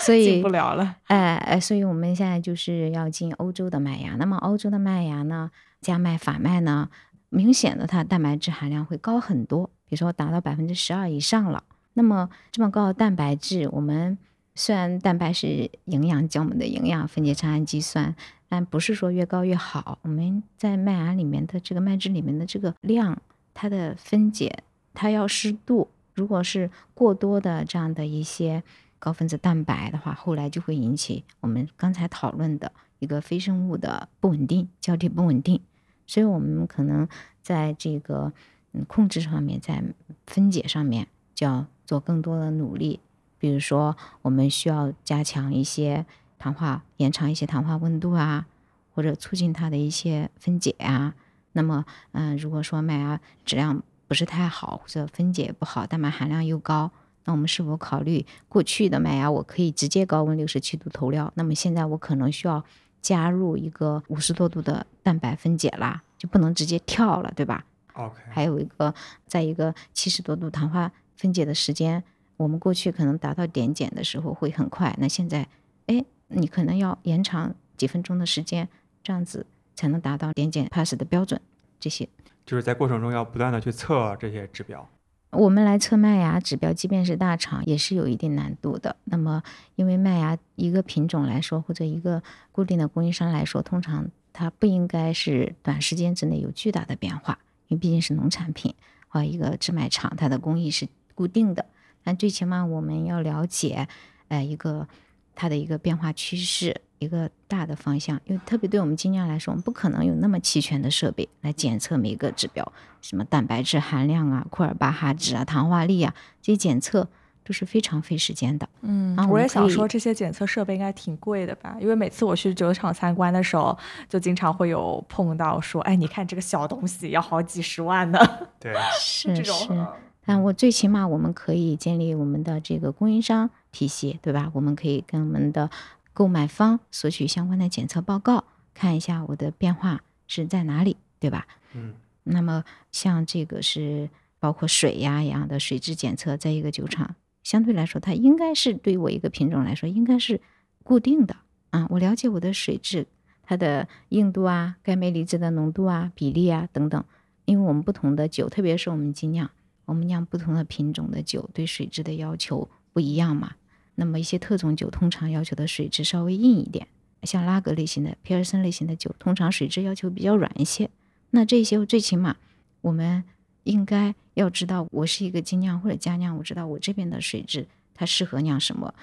D: 所以
F: *laughs* 进不了了。
D: 哎哎，所以我们现在就是要进欧洲的麦芽。那么欧洲的麦芽呢，加麦、法麦呢，明显的它蛋白质含量会高很多，比如说达到百分之十二以上了。那么这么高的蛋白质，我们虽然蛋白是营养酵母的营养分解长氨基酸，但不是说越高越好。我们在麦芽里面的这个麦汁里面的这个量，它的分解它要适度。如果是过多的这样的一些高分子蛋白的话，后来就会引起我们刚才讨论的一个非生物的不稳定、交替不稳定。所以，我们可能在这个嗯控制上面，在分解上面就要做更多的努力。比如说，我们需要加强一些糖化，延长一些糖化温度啊，或者促进它的一些分解啊。那么，嗯、如果说麦芽质量不是太好，或者分解不好，蛋白含量又高，那我们是否考虑过去的麦芽我可以直接高温六十七度投料，那么现在我可能需要加入一个五十多度的蛋白分解啦，就不能直接跳了，对吧？
B: OK，
D: 还有一个，在一个七十多度糖化分解的时间，我们过去可能达到点检的时候会很快，那现在，哎，你可能要延长几分钟的时间，这样子才能达到点检 pass 的标准。这些，
B: 就是在过程中要不断的去测这些指标。
D: 我们来测麦芽指标，即便是大厂也是有一定难度的。那么，因为麦芽一个品种来说，或者一个固定的供应商来说，通常它不应该是短时间之内有巨大的变化，因为毕竟是农产品啊，一个制麦厂它的工艺是固定的。但最起码我们要了解，呃，一个它的一个变化趋势，一个大的方向。因为特别对我们精酿来说，我们不可能有那么齐全的设备来检测每一个指标。什么蛋白质含量啊、库尔巴哈酯啊、糖化力啊，这些检测都是非常费时间的。
F: 嗯
D: 啊我
F: 我也
D: 们可
F: 想
D: 以
F: 说，这些检测设备应该挺贵的吧？因为每次我去酒厂参观的时候，就经常会有碰到说，哎，你看这个小东西要好几十万呢， *laughs*
B: 对，
D: 是
F: 这种
D: 是。
F: 呃
D: 但我最起码我们可以建立我们的这个供应商体系，对吧？我们可以跟我们的购买方索取相关的检测报告，看一下我的变化是在哪里，对吧？
B: 嗯，
D: 那么像这个是包括水呀一样的水质检测，在一个酒厂相对来说，它应该是对我一个品种来说应该是固定的啊。我了解我的水质，它的硬度啊、钙镁离子的浓度啊、比例啊等等。因为我们不同的酒，特别是我们精酿，我们酿不同的品种的酒，对水质的要求不一样嘛。那么一些特种酒通常要求的水质稍微硬一点，像拉格类型的、皮尔森类型的酒，通常水质要求比较软一些。那这些最起码我们应该要知道，我是一个精酿或者佳酿，我知道我这边的水质它适合酿什么。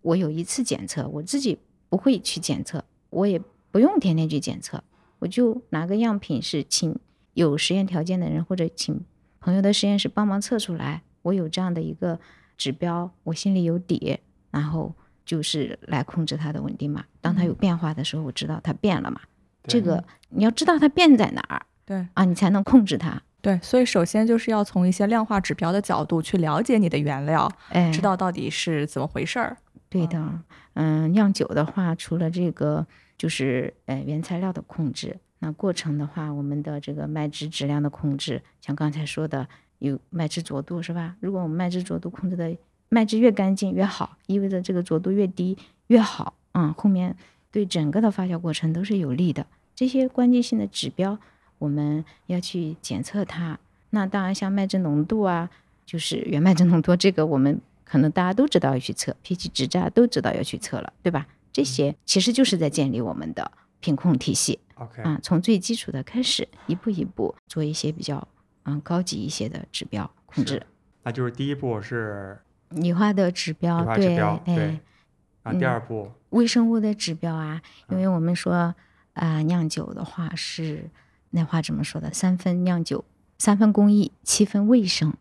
D: 我有一次检测，我自己不会去检测，我也不用天天去检测，我就拿个样品是请有实验条件的人或者请朋友的实验室帮忙测出来，我有这样的一个指标，我心里有底，然后就是来控制它的稳定嘛。当它有变化的时候，我知道它变了嘛。这
B: 对
D: 个你要知道它变在哪儿
F: 对
D: 啊，你才能控制它。
F: 对，所以首先就是要从一些量化指标的角度去了解你的原料，
D: 哎，
F: 知道到底是怎么回事儿。
D: 对的，嗯，酿酒的话，除了这个就是呃原材料的控制，那过程的话，我们的这个麦汁质量的控制，像刚才说的有麦汁浊度是吧？如果我们麦汁浊度控制的麦汁越干净越好，意味着这个浊度越低越好，嗯，后面对整个的发酵过程都是有利的。这些关键性的指标，我们要去检测它。那当然，像麦汁浓度啊，就是原麦汁浓度这个，我们可能大家都知道要去测，pH 值啊都知道要去测了，对吧？
B: 嗯
D: 这些其实就是在建立我们的品控体系。
B: OK，
D: 啊，从最基础的开始，一步一步做一些比较嗯高级一些的指标控制
B: 是。那就是第一步是
D: 理化的指标，
B: 理化指
D: 对，
B: 标，对
D: 哎，，嗯
B: 啊，第二步
D: 微生物的指标啊，因为我们说啊、酿酒的话是那话怎么说的？三分酿酒，三分工艺，七分卫生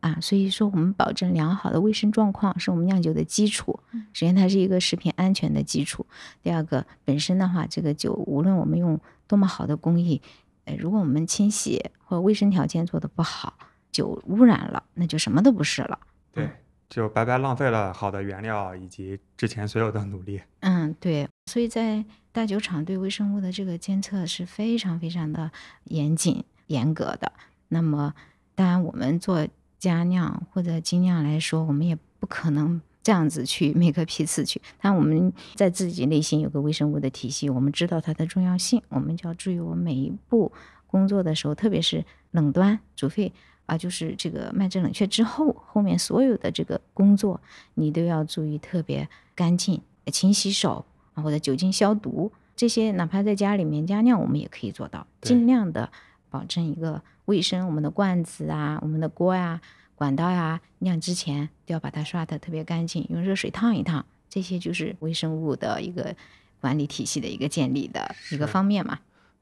D: 啊。所以说，我们保证良好的卫生状况是我们酿酒的基础。首先，它是一个食品安全的基础。第二个，本身的话，这个酒无论我们用多么好的工艺，呃，如果我们清洗或卫生条件做得不好，酒污染了，那就什么都不是了。
B: 对，就白白浪费了好的原料以及之前所有的努力。
D: 嗯，对，所以在大酒厂对微生物的这个监测是非常非常的严谨、严格的。那么，当然我们做佳酿或者精酿来说，我们也不可能这样子去 *laughs* 每个批次去，但我们在自己内心有个微生物的体系，我们知道它的重要性，我们就要注意我们每一步工作的时候，特别是冷端、煮沸啊，就是这个麦汁冷却之后，后面所有的这个工作，你都要注意特别干净，勤洗手啊，或者酒精消毒这些，哪怕在家里面加酿，我们也可以做到，
B: 对
D: 尽量的保证一个卫生。我们的罐子啊，我们的锅呀、管道呀、酿之前都要把它刷的特别干净，用热水烫一烫，这些就是微生物的一个管理体系的一个建立的一个
B: 是
D: 方面嘛。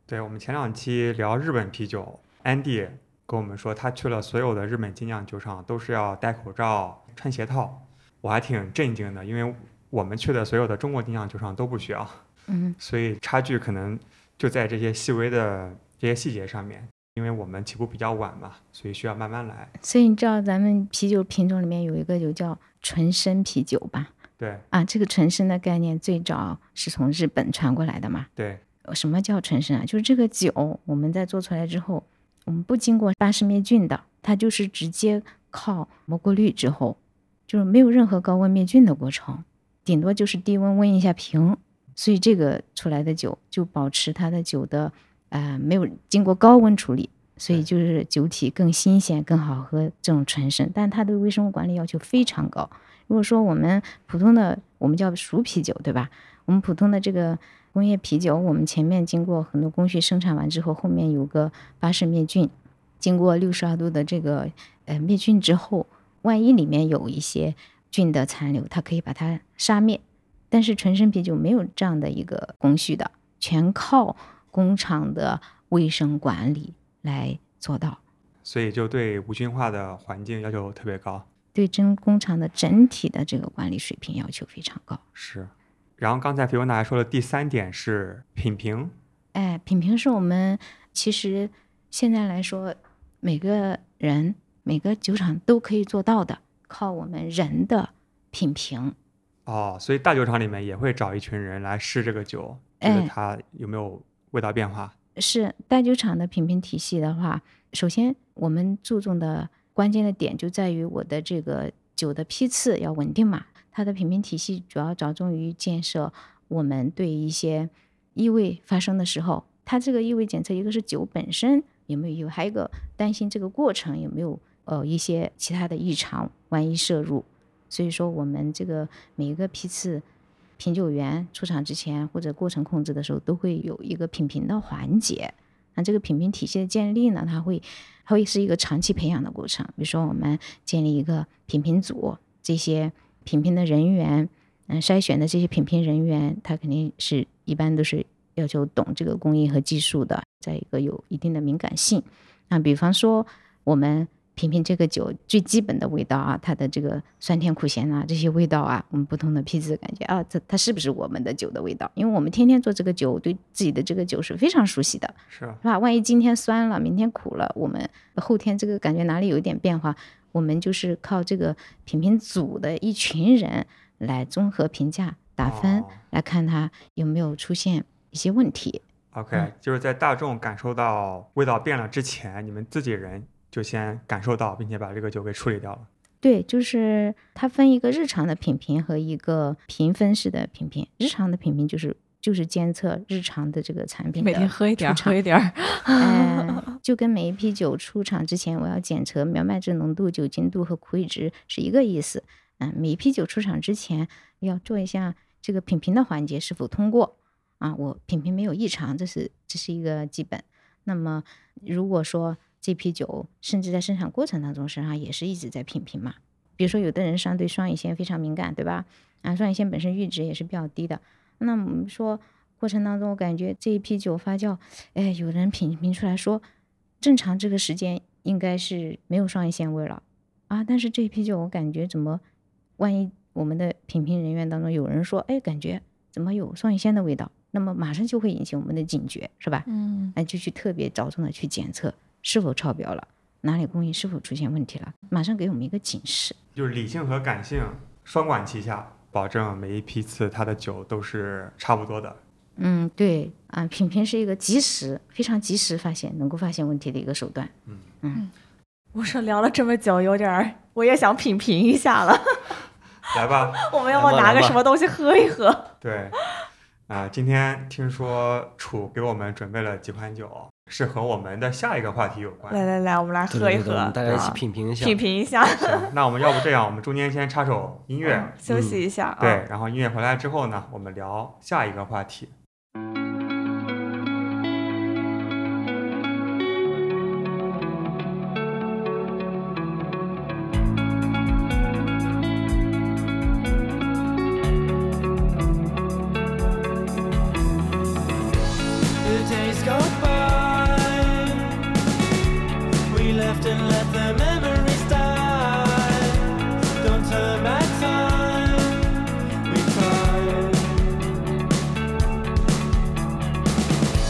B: 对我们前两期聊日本啤酒，Andy 跟我们说，他去了所有的日本精酿酒厂都是要戴口罩、穿鞋套，我还挺震惊的，因为我们去的所有的中国精酿酒厂都不需要，
D: 嗯，
B: 所以差距可能就在这些细微的这些细节上面。因为我们起步比较晚嘛，所以需要慢慢来。
D: 所以你知道咱们啤酒品种里面有一个就叫纯生啤酒吧？
B: 对
D: 啊，这个纯生的概念最早是从日本传过来的嘛。
B: 对，
D: 什么叫纯生啊？就是这个酒我们在做出来之后，我们不经过巴氏灭菌的，它就是直接靠蘑菇滤之后，就是没有任何高温灭菌的过程，顶多就是低温温一下瓶，所以这个出来的酒就保持它的酒的呃没有经过高温处理，所以
B: 对
D: 就是酒体更新鲜、更好喝这种纯生，但它对微生物管理要求非常高。如果说我们普通的我们叫熟啤酒，对吧？我们普通的这个工业啤酒，我们前面经过很多工序生产完之后，后面有个巴氏灭菌，经过六十二度的这个呃灭菌之后，万一里面有一些菌的残留，它可以把它杀灭。但是纯生啤酒没有这样的一个工序的，全靠工厂的卫生管理来做到，
B: 所以就对无菌化的环境要求特别高。
D: 对真工厂的整体的这个管理水平要求非常高。
B: 是。然后刚才菲欧娜还说的第三点是品评，
D: 哎，品评是我们其实现在来说，每个人每个酒厂都可以做到的，靠我们人的品评。
B: 哦，所以大酒厂里面也会找一群人来试这个酒，觉
D: 哎
B: 得它有没有味道变化。
D: 是大酒厂的品评体系的话，首先我们注重的关键的点就在于我的这个酒的批次要稳定嘛。它的品评体系主要着重于建设我们对一些异味发生的时候，它这个异味检测，一个是酒本身有没有异味，还有一个担心这个过程有没有呃一些其他的异常，万一摄入。所以说，我们这个每一个批次品酒员出厂之前或者过程控制的时候，都会有一个品评的环节。那这个品评体系的建立呢，它会它会是一个长期培养的过程。比如说，我们建立一个品评组，这些品评的人员，嗯，筛选的这些品评人员，他肯定是一般都是要求懂这个工艺和技术的，再一个有一定的敏感性。那比方说，我们品评这个酒最基本的味道啊，它的这个酸甜苦咸啊这些味道啊，我们不同的批次感觉啊，这它是不是我们的酒的味道？因为我们天天做这个酒，对自己的这个酒是非常熟悉的，
B: 是
D: 是吧？万一今天酸了，明天苦了，我们后天这个感觉哪里有一点变化，我们就是靠这个品评组的一群人来综合评价打分，
B: 哦
D: 来看它有没有出现一些问题。
B: OK，、
D: 嗯
B: 就是在大众感受到味道变了之前，你们自己人就先感受到，并且把这个酒给处理掉了。
D: 对，就是它分一个日常的品评和一个评分式的品评。日常的品评就是就是监测日常的这个产品的
F: 每天喝一点儿，
D: 出厂
F: 喝一点 *laughs* 儿，哎
D: 呃， *laughs* 就跟每一批酒出厂之前，我要检测苗麦汁浓度、酒精度和苦乙酯是一个意思。嗯、每一批酒出厂之前要做一下这个品评的环节是否通过啊，我品评没有异常，这是这是一个基本。那么如果说这批酒甚至在生产过程当中，实际上也是一直在品评嘛。比如说，有的人上对双乙酰非常敏感，对吧？啊，双乙酰本身阈值也是比较低的。那我们说过程当中，我感觉这一批酒发酵，哎，有人品评出来说，正常这个时间应该是没有双乙酰味了啊，但是这一批酒我感觉怎么，万一我们的品评人员当中有人说，哎，感觉怎么有双乙酰的味道，那么马上就会引起我们的警觉，是吧？
F: *laughs* 嗯，
D: 哎，就去特别着重的去检测是否超标了，哪里工艺是否出现问题了，马上给我们一个警示。
B: 就是理性和感性双管齐下，保证每一批次它的酒都是差不多的。
D: 嗯，对啊，品评是一个及时、非常及时发现、能够发现问题的一个手段。
F: 我说聊了这么久，有点儿，我也想品评一下了。
B: 来吧，
F: 我们要不要拿个什么东西喝一喝？
B: 对，啊、今天听说楚给我们准备了几款酒，是和我们的下一个话题有关。
F: 来来来，我们来
E: *laughs* 对
F: 喝一
E: 对对对
F: 喝，
E: 我们大家一
C: *laughs*
E: 起
F: 啊
E: 品评一下。
F: 品评一下，
B: 行，那我们要不这样，我们中间先插首音
D: 嗯
B: 乐，
F: 休息一下啊。
B: 嗯对，然后音乐回来之后呢，我们聊下一个话题。
G: The days go by. We left and let the memories die. Don't turn back time. We tried.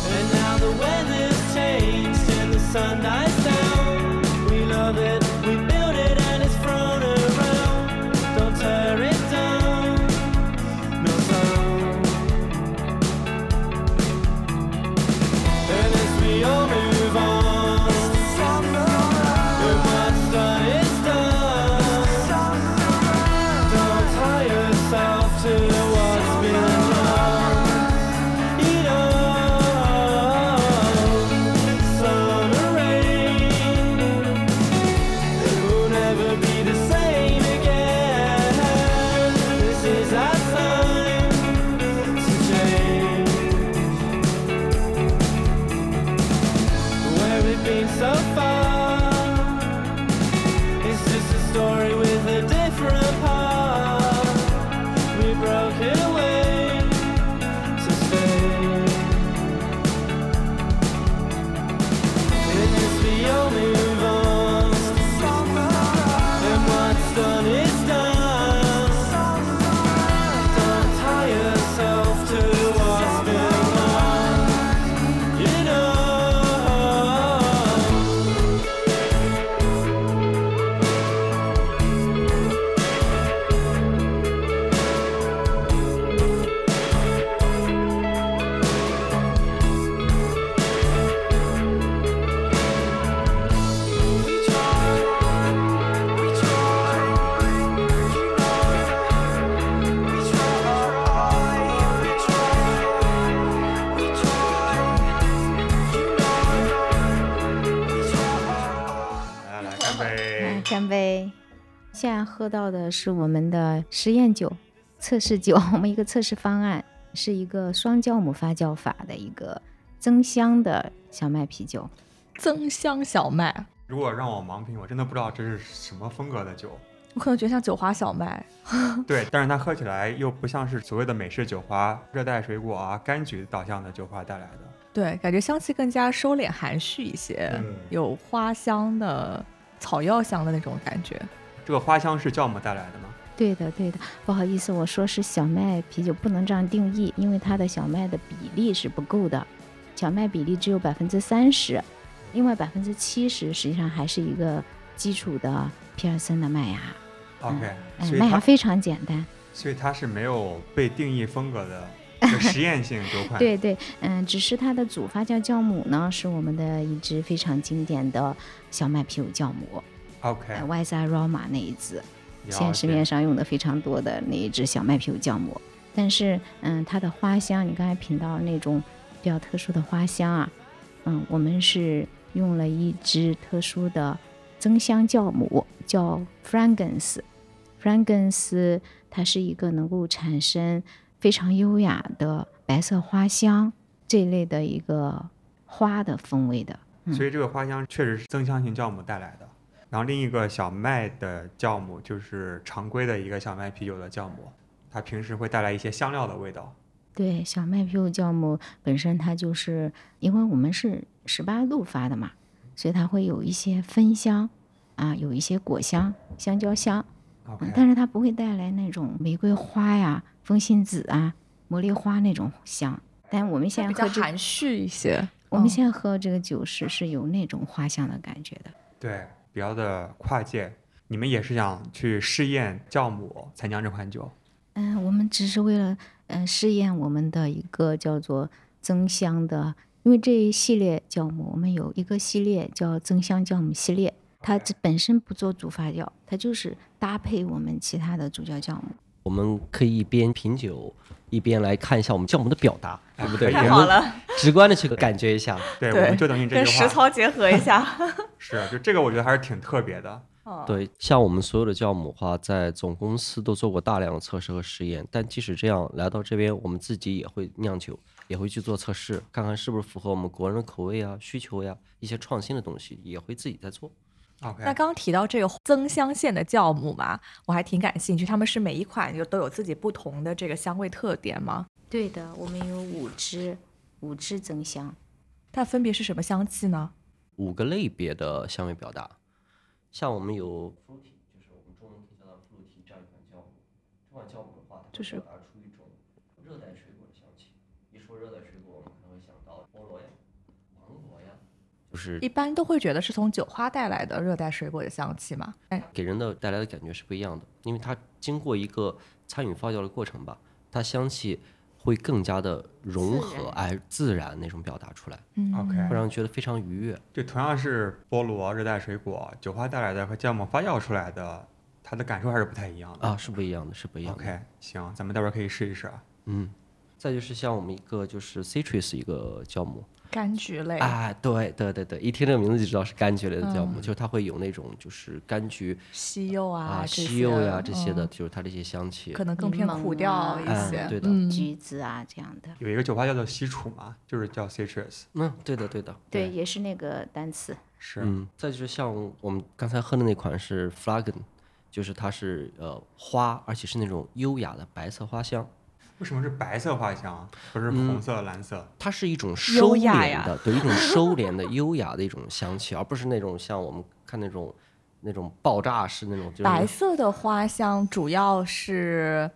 G: And now the weather's changed and the sun dies down. We love it, we build it, and it's thrown around. Don't tear it down. No sound. And as we all move on, and what's done is done. Don't tie yourself to what's been done. You know, summer rain will never be the same again. This is our time to change. Where we've been so far It's just a story with a different part We broke it away to stay And as we all move on And what's done is done Don't tie yourself to what's been done you know
B: 来来来，干
D: 来
B: 杯！
D: 干杯！现在喝到的是我们的实验酒、测试酒， *laughs* 我们一个测试方案是一个双酵母发酵法的一个增香的小麦啤酒。
C: 增香小麦，
B: 如果让我盲品，我真的不知道这是什么风格的酒。
C: 我可能觉得像酒花小麦，
B: 对，但是它喝起来又不像是所谓的美式酒花、热带水果啊、柑橘导向的酒花带来的。
C: 对，感觉香气更加收敛含蓄一些，
B: 嗯
C: 有花香的、草药香的那种感觉。
B: 这个花香是酵母带来的吗？
D: 对的，对的，不好意思，我说是小麦啤酒，不能这样定义，因为它的小麦的比例是不够的，小麦比例只有百分之三十，另外百分之七十实际上还是一个基础的皮尔森的麦芽，
B: OK，、
D: 哎，
B: 所以
D: 麦芽
B: 它
D: 非常简单。
B: 所以它是没有被定义风格的就实验性酒款。
D: *laughs* 对对，嗯，只是它的主发酵酵母呢，是我们的一支非常经典的小麦啤酒酵母，
B: ，OK，
D: 呃，YZ Roma 那一支，
B: 了
D: 现在市面
B: 解。
D: 上用的非常多的那一支小麦啤酒酵母。但是嗯，它的花香，你刚才品到那种比较特殊的花香啊，嗯，我们是用了一支特殊的增香酵母，叫 fragrance。fragrance 它是一个能够产生非常优雅的白色花香这一类的一个花的风味的。嗯
B: 所以这个花香确实是增香型酵母带来的。然后另一个小麦的酵母就是常规的一个小麦啤酒的酵母，它平时会带来一些香料的味道。
D: 对，小麦啤酒酵母本身它就是因为我们是十八度发的嘛，所以它会有一些芬香啊，有一些果香、香蕉香，嗯
B: OK，
D: 但是它不会带来那种玫瑰花呀、风信子啊、茉莉花那种香。但我们现在
F: 比较
D: 喝这，
F: 含蓄一些。
D: 我们
F: 嗯
D: 现在喝这个酒是是有那种花香的感觉的。
B: 对，比较的跨界。你们也是想去试验酵母才酿这款酒？
D: 嗯，我们只是为了嗯试验我们的一个叫做增香的，因为这一系列酵母，我们有一个系列叫增香酵母系列，它这本身不做主发酵，它就是搭配我们其他的主教酵母。
E: 我们可以一边品酒，一边来看一下我们酵母的表达，对不对？
B: 太
E: 我
B: 好
E: 们直观的去感觉一下。
B: 对，
F: 对
B: 我们就等你这
F: 跟
B: 句
F: 实
B: 话。
F: 操结合一
B: *laughs*
F: 下。
B: 是，就这个我觉得还是挺特别的。
F: 哦，
E: 对，像我们所有的酵母的话，在总公司都做过大量的测试和实验，但即使这样，来到这边，我们自己也会酿酒，也会去做测试，看看是不是符合我们国人的口味啊、需求呀、一些创新的东西，也会自己在做。
B: OK，
F: 那刚刚提到这个增香县的酵母嘛，我还挺感兴趣。他们是每一款就都有自己不同的这个香味特点吗？
D: 对的，我们有五支，五支增香。
F: 它分别是什么香气呢？
E: 五个类别的香味表达，像我们有 fruity，就是我们中文可以叫它 fruity 这样一款酵母。这款酵母的话，它
F: 就是
E: 会表达出一种热带水果的香气。一说热带水果，我们可能会想到菠萝呀、芒果呀，就是
F: 一般都会觉得是从酒花带来的热带水果的香气嘛。哎，
E: 给人的带来的感觉是不一样的，因为它经过一个参与发酵的过程吧，它香气会更加的融合，哎，自然那种表达出来，
F: 嗯
B: OK，
E: 会让人觉得非常愉悦。
B: 就同样是菠萝、热带水果、酒花带来的和酵母发酵出来的，它的感受还是不太一样的。
E: 啊，是不一样的，是不一样的。
B: OK，行，咱们待会儿可以试一试啊。
E: 嗯，再就是像我们一个就是 citrus 一个酵母，
F: 柑橘类，
E: 哎，对对对对，一听这个名字就知道是柑橘类的酵母，就是它会有那种就是柑橘
F: 西柚嗯啊，
E: 啊、
F: 这
E: 西
F: 些
E: 柚呀这些的，
F: 嗯
E: 就是它的一些香气
F: 可。能更偏
D: 柠檬
F: 苦调
D: 啊
F: 一
E: 哎
F: 些。
E: 对的
F: 嗯
D: 橘子啊，这样的，
B: 有一个酒花叫做西楚嘛，就是叫 citrus。
E: 嗯，对的对的。
B: 对
D: 对，也是那个单词。
B: 是，
E: 嗯，再就是像我们刚才喝的那款是 Flagon，就是它是呃花，而且是那种优雅的白色花香，
B: 为什么是白色花香，啊不是红色、蓝色？
E: 它是一种收
F: 优雅
E: 敛
F: 呀
E: 的，对，一种收敛的优雅的一种香气，而不是那种像我们看那种那种爆炸式那种，就是
F: 白色的花香主要是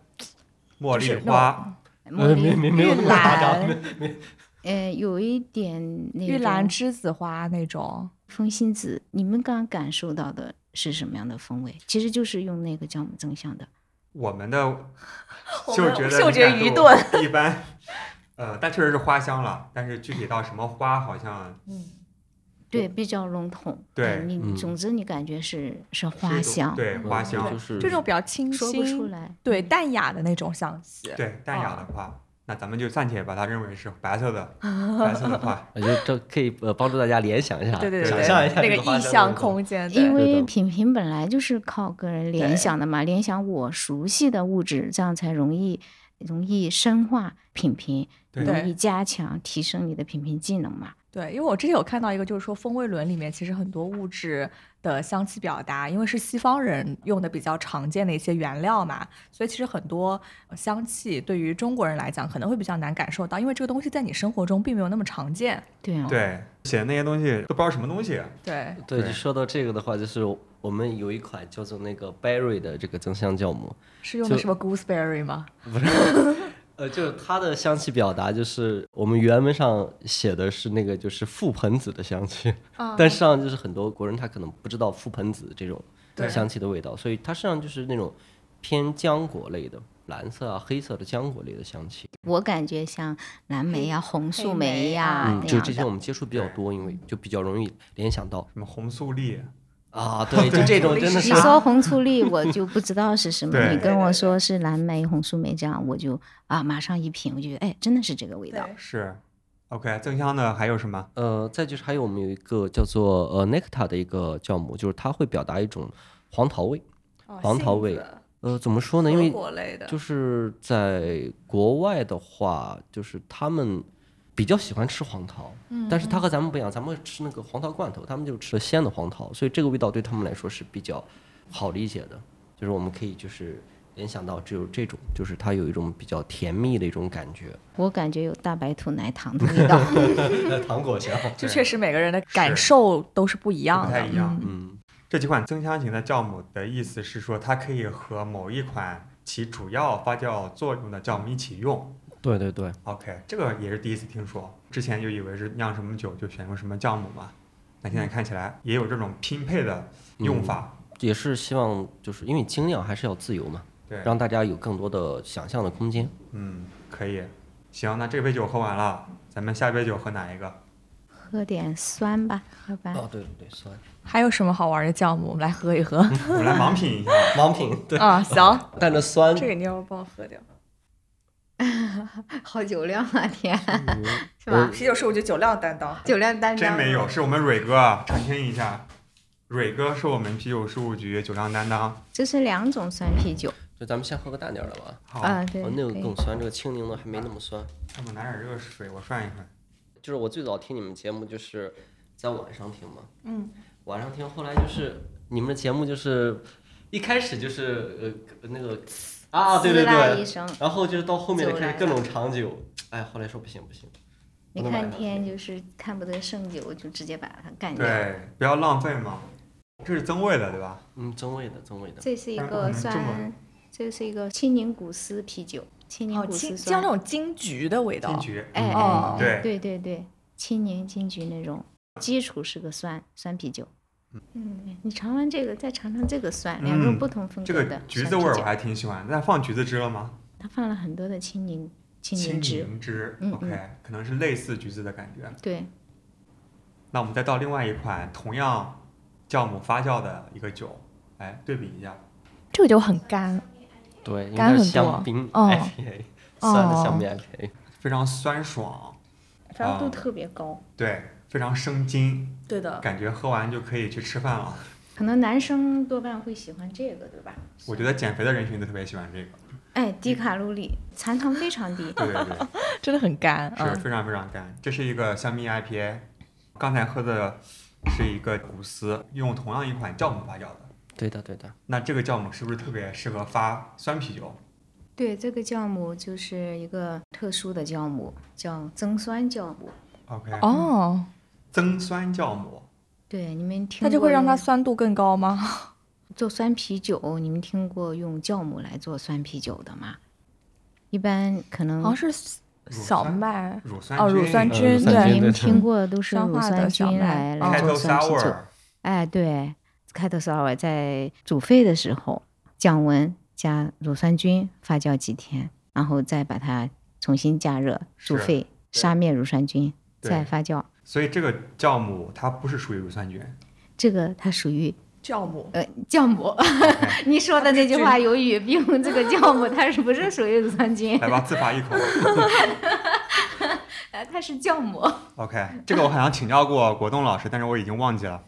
B: 茉莉花，
D: 茉莉、
F: 玉兰、
D: 呃，有一点那
F: 玉兰
D: 种
F: 栀子花那种。
D: 风信子，你们刚刚感受到的是什么样的风味？其实就是用那个酵母增香的。
B: 我们的
F: 我
B: 嗅
F: 们
B: 觉的
F: 嗅觉
B: 敏感
F: 愚
B: 度
F: 钝
B: *laughs* 一般。呃，但确实是花香了，但是具体到什么花，好像
D: 对，比较笼统。哎
B: 对
D: 你、
E: 嗯
D: 总之你感觉是是
B: 是一
D: 花
B: 种
D: 香，
B: 对花香，
E: 就是
F: 这种比较清
D: 说不出
F: 新，
D: 来。嗯
F: 对淡雅的那种香气。
B: 对淡雅的花。那咱们就暂且把它认为是白色的，白色的花。
E: 我觉得这可以呃帮助大家联想一下，
F: 对对对
E: 啊想
F: 对，
E: 象一下
F: 那
E: 这
F: 个
E: 个花
F: 意
E: 香
F: 象
E: 的味道
F: 空间，对
D: 因为
E: 的
D: 品评本来就是靠个人联想的嘛，联想我熟悉的物质，这样才容易容易深化品评，
B: 对
D: 容易加强提升你的品评技能嘛。
F: 对，因为我之前有看到一个，就是说风味轮里面其实很多物质的香气表达，因为是西方人用的比较常见的一些原料嘛，所以其实很多呃香气对于中国人来讲可能会比较难感受到，因为这个东西在你生活中并没有那么常见。
D: 对啊，
B: 对，写的那些东西都不知道什么东西。
F: 对，
E: 对，
B: 对
E: 就说到这个的话，就是我们有一款叫做那个 Berry 的这个增香酵母，
F: 是用的
E: 就
F: 什么 gooseberry 吗？
E: 呃，就是它的香气表达，就是我们原文上写的是那个就是覆盆子的香气， *laughs* 但实际上就是很多国人他可能不知道覆盆子这种
B: 对
E: 香气的味道，所以它实际上就是那种偏浆果类的蓝色啊、黑色的浆果类的香气。
D: 我感觉像蓝莓呀、红
F: 黑
D: 树
F: 莓
D: 莓呀、
F: 啊
E: 嗯，
D: 那
E: 就
D: 样
E: 这些
D: 的
E: 我。们接触比较多，因为就比较容易联想到
B: 什么红素粒，
E: 啊，对，就这种真的
D: 你 *laughs*
E: 是
D: 说红醋栗，我就不知道是什么。
B: 对
D: 你跟我说是蓝莓、红树莓这样，我就啊，马上一品，我就觉得哎，真的是这个味道。
B: 是，OK，增香的还有什么？
E: 呃，再就是还有我们有一个叫做呃 nectar 的一个酵母，就是它会表达一种黄桃味。
F: 哦
E: 黄桃味呃，怎么说呢？因为
F: 果类的，
E: 就是在国外的话，就是他们比较喜欢吃黄桃，
F: 嗯
E: 但是它和咱们不一样，咱们会吃那个黄桃罐头，他们就吃了鲜的黄桃，所以这个味道对他们来说是比较好理解的。就是我们可以就是联想到只有这种，就是它有一种比较甜蜜的一种感觉，
D: 我感觉有大白兔奶糖的味道。
E: 糖果香。
F: 这确实每个人的
B: 是
F: 感受都是不一
B: 不
F: 样
B: 太
F: 的。
B: 一样。
E: 嗯，
B: 这几款增香型的酵母的意思是说，它可以和某一款起主要发酵作用的酵母一起用。
E: 对对对，
B: OK，这个也是第一次听说，之前就以为是酿什么酒就选用什么酵母嘛。那现在看起来也有这种拼配的用法。
E: 也是希望就是因为精酿还是要自由嘛，
B: 对，
E: 让大家有更多的想象的空间。
B: 嗯，可以。行，那这杯酒喝完了，咱们下杯酒喝哪一个？
D: 喝点酸吧，喝吧。
E: 哦，对对对，酸
F: 还有什么好玩的酵母？我们来喝一喝
E: *laughs*
B: 我们来盲品一下。
E: 盲品，对，
F: 啊！行，
E: 带着酸。
F: 这个你要不帮我喝掉？
D: 好酒量啊，天， *laughs* 是
E: 吧
D: 吧？
F: 啤酒是我觉得酒量担当，
D: 酒量担当。
B: 真
D: 啊
B: 没有，。是我们蕊哥澄清一下，蕊哥是我们啤酒事务局酒量担当。
D: 这是两种酸啤酒
E: 就咱们先喝个淡点儿的吧。
B: 好，
D: 啊，对，
E: 哦，那个
D: 可以
E: 更酸，这个青柠的还没那么酸。
B: 要不拿点热水，我涮一涮。
E: 就是我最早听你们节目就是在晚上听嘛，嗯，晚上听，后来就是你们的节目就是一开始就是呃那个啊，对对
D: 滋啦
E: 对
D: 一，声，
E: 然后就是到后面就
D: 就来
E: 开始各
D: 了
E: 种长久，哎，后来说不行不行，
D: 你
E: 不能买
D: 看
E: 了
D: 天就是看不得剩酒，就直接把它干掉。
B: 对，不要浪费嘛。这是增味的，对吧？
E: 嗯，增味的增味的，
D: 这是一
B: 然后我
D: 个
B: 们这
D: 酸
B: 么，
D: 这是一个青柠古斯啤酒，青柠
F: 哦，
D: 古斯
F: 金
D: 酸
F: 像那，种金桔的味
B: 金
F: 道，
C: 嗯
B: 桔。
D: 哎
F: 哦
D: 哎，哎
B: 对
D: 对对对，青柠金桔那种，基础是个酸酸啤酒。嗯，你尝完这个，再尝尝这个酸，两种
B: 嗯
D: 不同风
B: 这
D: 格
B: 个
D: 的
B: 橘
D: 酸
B: 子味
D: 啤
B: 儿
D: 酒
B: 我还挺喜欢，但放橘子汁了吗？
D: 它放了很多的青柠青柠
B: 青
D: 汁，
B: 柠汁
D: 嗯
B: ，OK，可能是类似橘子的感觉。
D: 对，
B: 那我们再倒另外一款同样酵母发酵的一个酒，来对比一下。
C: 这个就很干，
E: 对，应
C: 干
E: 该是
C: 很多
E: 香槟
C: 哦
E: IPA，酸的
C: 哦
E: 香槟 IPA，
B: 非常酸爽，
D: 发酵度
B: 啊
D: 特别高，
B: 对，非常生津，
F: 对的，
B: 感觉喝完就可以去吃饭了。
D: 可能男生多半会喜欢这个，对吧？
B: 我觉得减肥的人群都特别喜欢这个，。
D: 哎，低卡路里，残糖非常低 *laughs*
B: 对对对。
F: 真的很干
B: 是
C: 嗯
F: 啊！
B: 非常非常干。这是一个香槟 IPA，刚才喝的是一个古斯，用同样一款酵母发酵的。
E: 对的对的，
B: 那这个酵母是不是特别适合发酸啤酒？
D: 对，这个酵母就是一个特殊的酵母，叫增酸酵母。
B: OK，、
C: 哦，
B: 增酸酵母，
D: 对，你们听
C: 它就会
D: 过
C: 让它
D: 用
C: 酸度更高吗？
D: 做酸啤酒，你们听过用酵母来做酸啤酒的吗？一般可能
C: 好像是小麦
B: 乳酸
C: 哦，乳酸菌
E: 菌呃乳酸
C: 对
E: 菌
D: 你们
E: 对
D: 听过的都是
C: 酸
D: 乳
C: 化的
D: 酸
C: 小
D: 菌
C: 麦
D: 来
C: 哦
B: c
D: 来
B: a t
D: 做
B: o
D: 酸啤酒。
B: sour，
D: 哎，对，开头 sour 在煮沸的时候，降温加乳酸菌发酵几天，然后再把它重新加热煮
B: 是
D: 沸，杀灭乳酸菌，
B: 对
D: 再发酵。
B: 所以这个酵母它不是属于乳酸菌。
D: 这个它属于
F: 酵母
D: 呃
B: *laughs*
D: 酵母。你说的那句话有语病，这个酵母它是不是属于乳酸菌？
B: 来吧，自罚一口。
D: 呃它是酵母。
B: OK，这个我好像请教过果冻老师，但是我已经忘记了，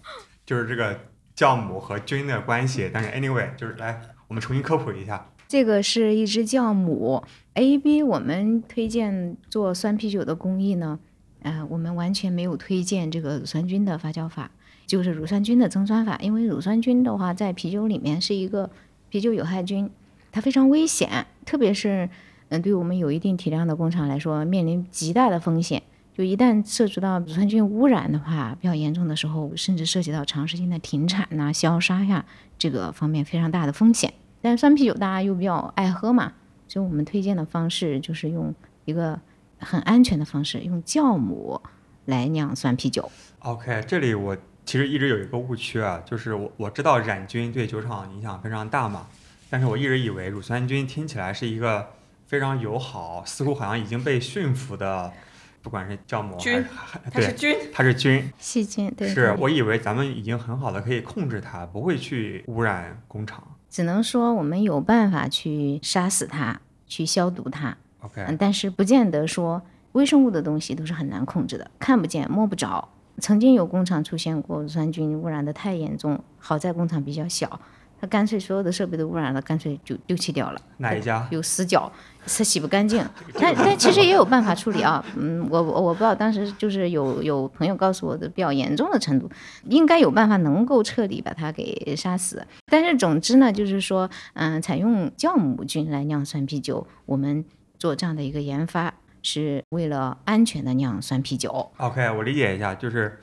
B: 就是这个酵母和菌的关系。但是 anyway，就是来我们重新科普一下。
D: 这个是一只酵母 A B，我们推荐做酸啤酒的工艺呢，呃，我们完全没有推荐这个乳酸菌的发酵法，就是乳酸菌的增酸法，因为乳酸菌的话在啤酒里面是一个啤酒有害菌，它非常危险，特别是嗯对我们有一定体量的工厂来说，面临极大的风险。就一旦涉及到乳酸菌污染的话，比较严重的时候，甚至涉及到长时间的停产呐、消杀呀这个方面非常大的风险。但是酸啤酒大家又比较爱喝嘛，所以我们推荐的方式就是用一个很安全的方式，用酵母来酿酸啤酒。
B: OK，这里我其实一直有一个误区啊，就是我我知道染菌对酒厂影响非常大嘛，但是我一直以为乳酸菌听起来是一个非常友好，似乎好像已经被驯服的，不管是酵母还
A: 菌
B: 是还
A: 它是
B: 对，
A: 菌，
B: 它是菌，
D: 细菌对，
B: 是我以为咱们已经很好的可以控制它，不会去污染工厂。
D: 只能说我们有办法去杀死它，去消毒它，嗯，
B: OK，
D: 但是不见得说微生物的东西都是很难控制的，看不见摸不着。曾经有工厂出现过乳酸菌污染的太严重，好在工厂比较小，它干脆所有的设备都污染了，干脆就丢弃掉了。
B: 哪一家？
D: 有死角，它洗不干净。但但其实也有办法处理啊。嗯，我我我不知道，当时就是有有朋友告诉我的比较严重的程度，应该有办法能够彻底把它给杀死。但是总之呢，就是说，嗯、采用酵母菌来酿酸啤酒，我们做这样的一个研发。是为了安全的酿酸啤酒，
B: OK，我理解一下，就是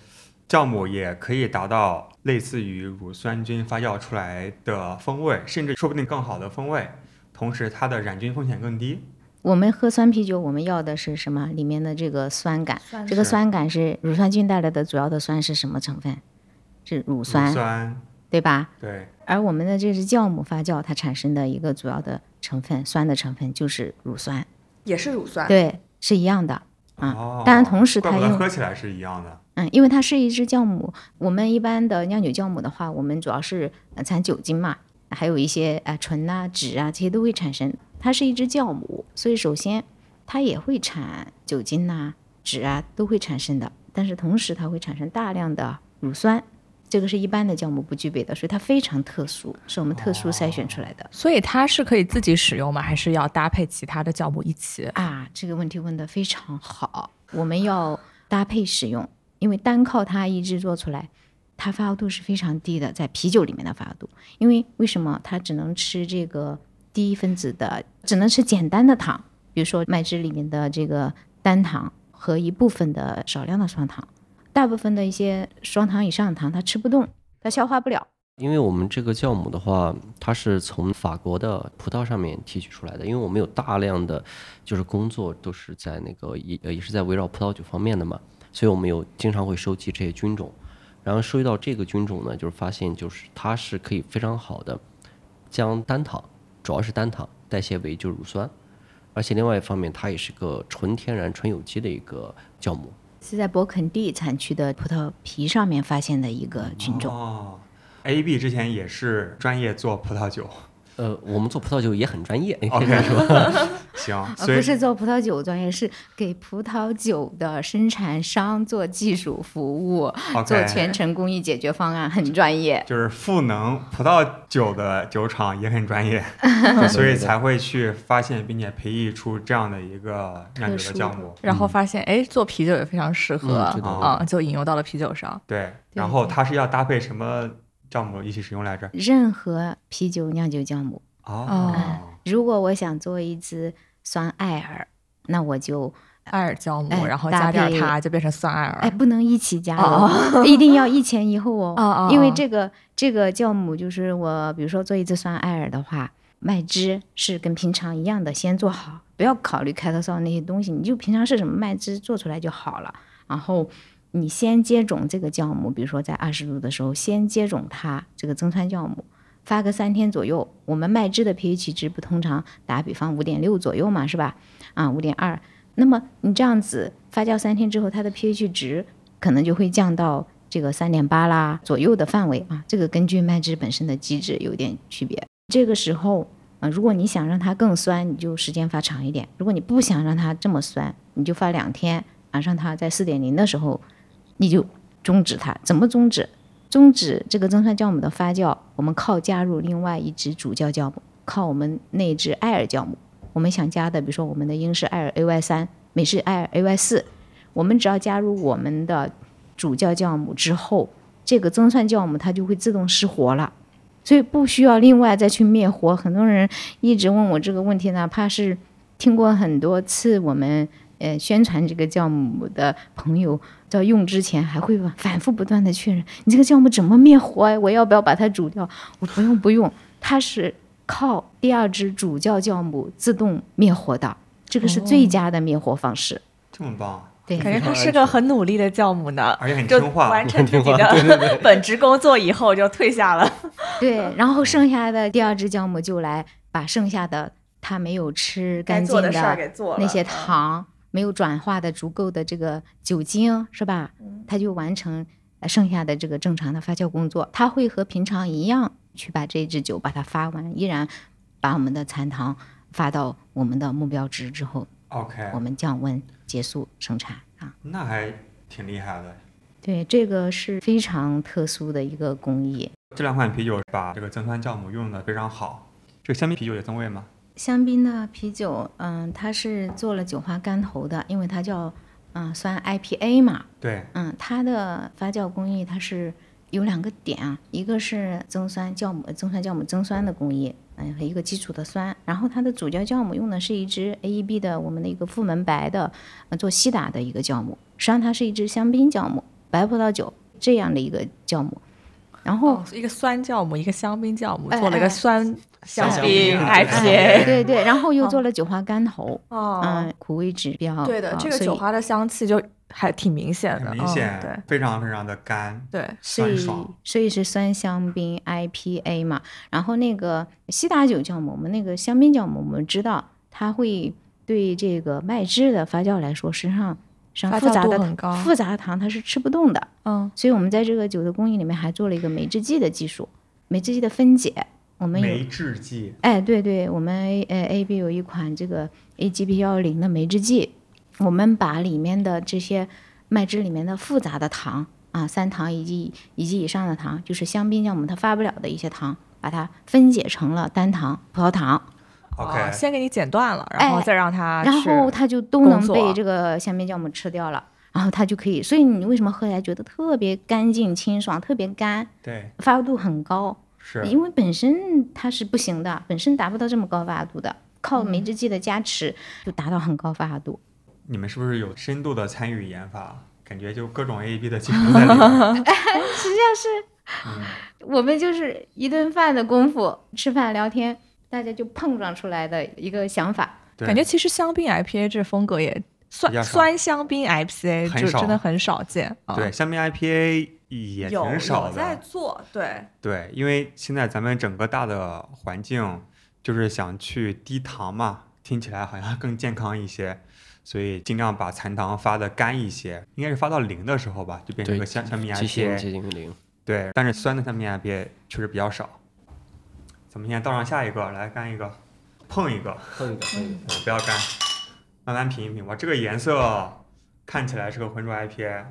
B: 酵母也可以达到类似于乳酸菌发酵出来的风味，甚至说不定更好的风味，同时它的染菌风险更低。
D: 我们喝酸啤酒，我们要的是什么？里面的这个酸感，这个
B: 是
D: 酸感是乳酸菌带来的主要的酸是什么成分？是乳
B: 乳
D: 酸，
B: 酸
D: 对吧？
B: 对，
D: 而我们的这是酵母发酵，它产生的一个主要的成分，酸的成分就是乳酸，
F: 也是乳酸，
D: 对，是一样的。啊
B: 哦，
D: 当然同时
B: 怪
D: 它
B: 不得
D: 用
B: 喝起来是一样的。
D: 嗯，因为它是一支酵母，我们一般的酿酒酵母的话，我们主要是呃产酒精嘛，还有一些啊醇啊、酯啊这些都会产生。它是一支酵母，所以首先它也会产酒精呐、酯啊都会产生的，但是同时它会产生大量的乳酸，这个是一般的酵母不具备的，所以它非常特殊，是我们特殊筛选出来的。
F: 所以它是可以自己使用吗？还是要搭配其他的酵母一起？
D: 啊，这个问题问得非常好，我们要搭配使用，因为单靠它一制作出来，它发酵度是非常低的，在啤酒里面的发酵度，因为为什么它只能吃这个低分子的，只能吃简单的糖，比如说麦汁里面的这个单糖和一部分的少量的双糖，大部分的一些双糖以上的糖它吃不动，它消化不了。
E: 因为我们这个酵母的话，它是从法国的葡萄上面提取出来的，因为我们有大量的就是工作都是在那个也呃也是在围绕葡萄酒方面的嘛，所以我们有经常会收集这些菌种，然后收集到这个菌种呢，就是发现就是它是可以非常好的将单糖，主要是单糖代谢为就是乳酸，而且另外一方面它也是个纯天然纯有机的一个酵母。
D: 是在勃艮第产区的葡萄皮上面发现的一个菌种，
B: 哦，A B 之前也是专业做葡萄酒
E: 呃，我们做葡萄酒也很专业，你可以这么
B: ，OK
E: 说
B: 是吧？行，
D: 呃，
B: 所以
D: 不是做葡萄酒专业，是给葡萄酒的生产商做技术服务，做
B: OK
D: 全程工艺解决方案，很专业。
B: 就是赋能葡萄酒的酒厂也很专业，
E: *laughs*
B: 所以才会去发现并且培育出这样的一个酿酒的酵母。
F: 然后发现，哎，做啤酒也非常适合
E: 嗯对的
F: 啊、就引用到了啤酒上。
B: 对，然后它是要搭配什么酵母一起使用来着？
D: 任何啤酒酿酒酵母，
B: 哦，
D: 如果我想做一支酸艾尔，那我就
F: 艾尔酵母，
D: 哎
F: 然后
D: 搭
F: 加点
D: 配
F: 它就变成酸艾尔。
B: 啊
D: 哎不能一起加
F: 哦
D: 哦， *laughs* 一定要一前一后哦，
F: 哦哦
D: 因为
F: 哦
D: 这个这个酵母就是我，比如说做一支酸艾尔的话。麦汁是跟平常一样的，先做好，不要考虑开头烧那些东西，你就平常是什么麦汁做出来就好了。然后你先接种这个酵母，比如说在二十度的时候先接种它这个增酸酵母，发个三天左右。我们麦汁的 pH 值不通常打比方五点六左右嘛，是吧？啊，五点二。那么你这样子发酵三天之后，它的 pH 值可能就会降到这个三点八啦左右的范围啊。这个根据麦汁本身的机制有点区别。这个时候啊，如果你想让它更酸，你就时间发长一点；如果你不想让它这么酸，你就发两天啊，让它在四点零的时候你就终止它。怎么终止？终止这个增酸酵母的发酵，我们靠加入另外一支主酵酵母，靠我们那支艾尔酵母。我们想加的，比如说我们的英式艾尔 AY 三、美式艾尔 AY 四，我们只要加入我们的主教酵母之后，这个增算酵母它就会自动失活了，所以不需要另外再去灭活。很多人一直问我这个问题，哪怕是听过很多次我们呃宣传这个酵母的朋友，在用之前还会反复不断的确认：你这个酵母怎么灭活啊呀？我要不要把它煮掉？我不用不用，它是靠第二支主教酵母自动灭活的，这个是最佳的灭活方式。
B: 这么棒，
D: 对，
F: 感觉它是个很努力的酵母呢，
B: 而且很
F: 就
B: 听话
F: 完成自己的 *laughs* 本职工作以后就退下了。
D: 对，然后剩下的第二只酵母就来把剩下的他没有吃
A: 该
D: *laughs* 干净嗯
F: 嗯
A: 做的事儿给做了
D: 那些糖、没有转化的足够的这个酒精，是吧？它就完成呃剩下的这个正常的发酵工作，它会和平常一样去把这支酒把它发完，依然把我们的残糖发到我们的目标值之后，
B: *laughs* OK，
D: 我们降温结束生产啊。
B: 那还挺厉害的。
D: 对，这个是非常特殊的一个工艺。
B: 这两款啤酒把这个增酸酵母用的非常好。这个香槟啤酒也增味吗？
D: 香槟的啤酒，嗯，它是做了酒花干头的，因为它叫嗯酸 IPA 嘛，
B: 对，
D: 嗯，它的发酵工艺它是有两个点啊，一个是增酸酵母，增酸酵母增酸的工艺，嗯，和一个基础的酸，然后它的主调酵母用的是一支 AEB 的我们的一个复门白的，呃，做西打的一个酵母，实际上它是一支香槟酵母，白葡萄酒这样的一个酵母，然后、
F: 哦，一个酸酵母，一个香槟酵母，
D: 哎
F: 做了一
D: 哎
F: 个酸香
B: 香槟
F: 槟
D: *laughs*
F: IPA。
D: 对对，然后又做了酒花干头，
F: 哦
D: 嗯，苦味指标，
F: 对的
D: 啊，
F: 这个
D: 所以
F: 酒花的香气就还挺明显的，
B: 很明显，
F: 嗯、
B: 非常非常的干，
F: 对对。
D: 所
B: 酸
D: 以
B: 爽。
D: 所以是酸香槟 IPA 嘛，然后那个西打酒酵母，我们那个香槟酵母，我们知道它会对这个麦汁的发酵来说，实际上实际上
F: 发酵
D: 复杂
F: 度
D: 的
F: 很高
D: 复杂的糖它是吃不动的，
F: 嗯，
D: 所以我们在这个酒的工艺里面还做了一个酶制剂的技术，酶制剂的分解，我们有
B: 酶制剂
D: 哎，对对，我们呃 A B 有一款这个 A G B 幺零的酶制剂，我们把里面的这些麦汁里面的复杂的糖啊，三糖以及以及以上的糖，就是香槟酵母它发不了的一些糖，把它分解成了单糖、葡萄糖，
B: ，OK，、
F: 哦先给你剪断了，然后
D: 哎
F: 再让它
D: 然
F: 去
D: 后它就都
F: 啊工
D: 能
F: 作
D: 被这个香槟酵母吃掉了。然后它就可以，所以你为什么喝起来觉得特别干净清爽，特别干，
B: 对，
D: 发酵度很高？
B: 是
D: 因为本身它是不行的，本身达不到这么高发度的，靠酶制剂的加持就达到很高发度。
B: 你们是不是有深度的参与研发？感觉就各种 A B 的技术在里
F: *laughs*
B: 面。
D: 我们就是一顿饭的功夫，吃饭聊天，大家就碰撞出来的一个想法。
B: 对
F: 感觉其实香槟 IPA 这风格也
B: 比较
F: 酸
B: 少
F: 酸香槟 IPA
B: 很
F: 就
B: 少
F: 真的很少见啊。
B: 对，香槟 IPA 也
F: 有
B: 挺少
F: 有在
B: 的。
F: 做，对，
B: 对，因为现在咱们整个大的环境就是想去低糖嘛，听起来好像更健康一些，所以尽量把残糖发的干一些，应该是发到零的时候吧，就变成
E: 对
B: 个香香槟
E: 极限
B: IPA。
E: 接近零。
B: 对，但是酸的香槟 IPA 确实比较少。咱们现在倒上下一个，来干一个，碰一个，呃
E: 碰一个，碰一个。
B: 不要干，慢慢品一品。哇，这个颜色看起来是个浑浊 IPA，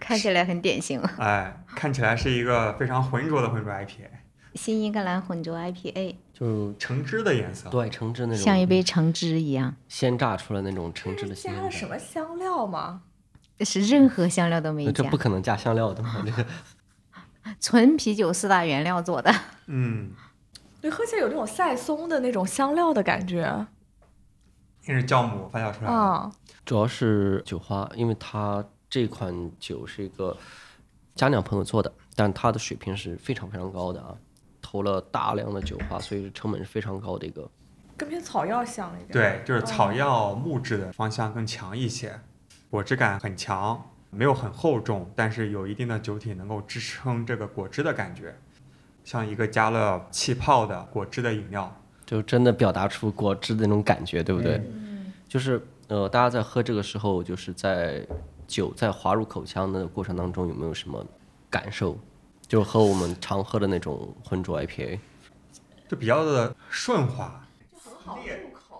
D: 看起来很典型， *laughs*
B: 哎，看起来是一个非常浑浊的浑浊 IPA，
D: 新英格兰混浊 IPA
E: 就
B: 橙汁的颜色。
E: 对橙汁那种，
D: 像一杯橙汁一样，
E: 鲜榨出来那种橙汁的鲜
F: 哎加
E: 味
F: 了什么香料吗？
D: 是任何香料都没
E: 那这
D: 加
E: 不，可能加香料的嘛？这个
D: 纯啤酒四大原料做的。 *laughs*
B: 嗯，
F: 对，喝起来有这种赛松的那种香料的感觉啊、
B: 那是酵母发酵出来
F: 哦
B: 的。
E: 主要是酒花，因为它这款酒是一个家酿朋友做的，但它的水平是非常非常高的啊，投了大量的酒花，所以成本是非常高的一个。
F: 更偏草药香一点。，
B: 对，就是草药木质的方向更强一些，果汁感很强，没有很厚重，但是有一定的酒体能够支撑这个果汁的感觉，像一个加了气泡的果汁的饮料。
E: 就真的表达出果汁的那种感觉，对不对？就是呃，大家在喝这个时候，就是在酒在滑入口腔的过程当中，有没有什么感受？就是和我们常喝的那种浑浊 IPA，
B: 就比较的顺滑，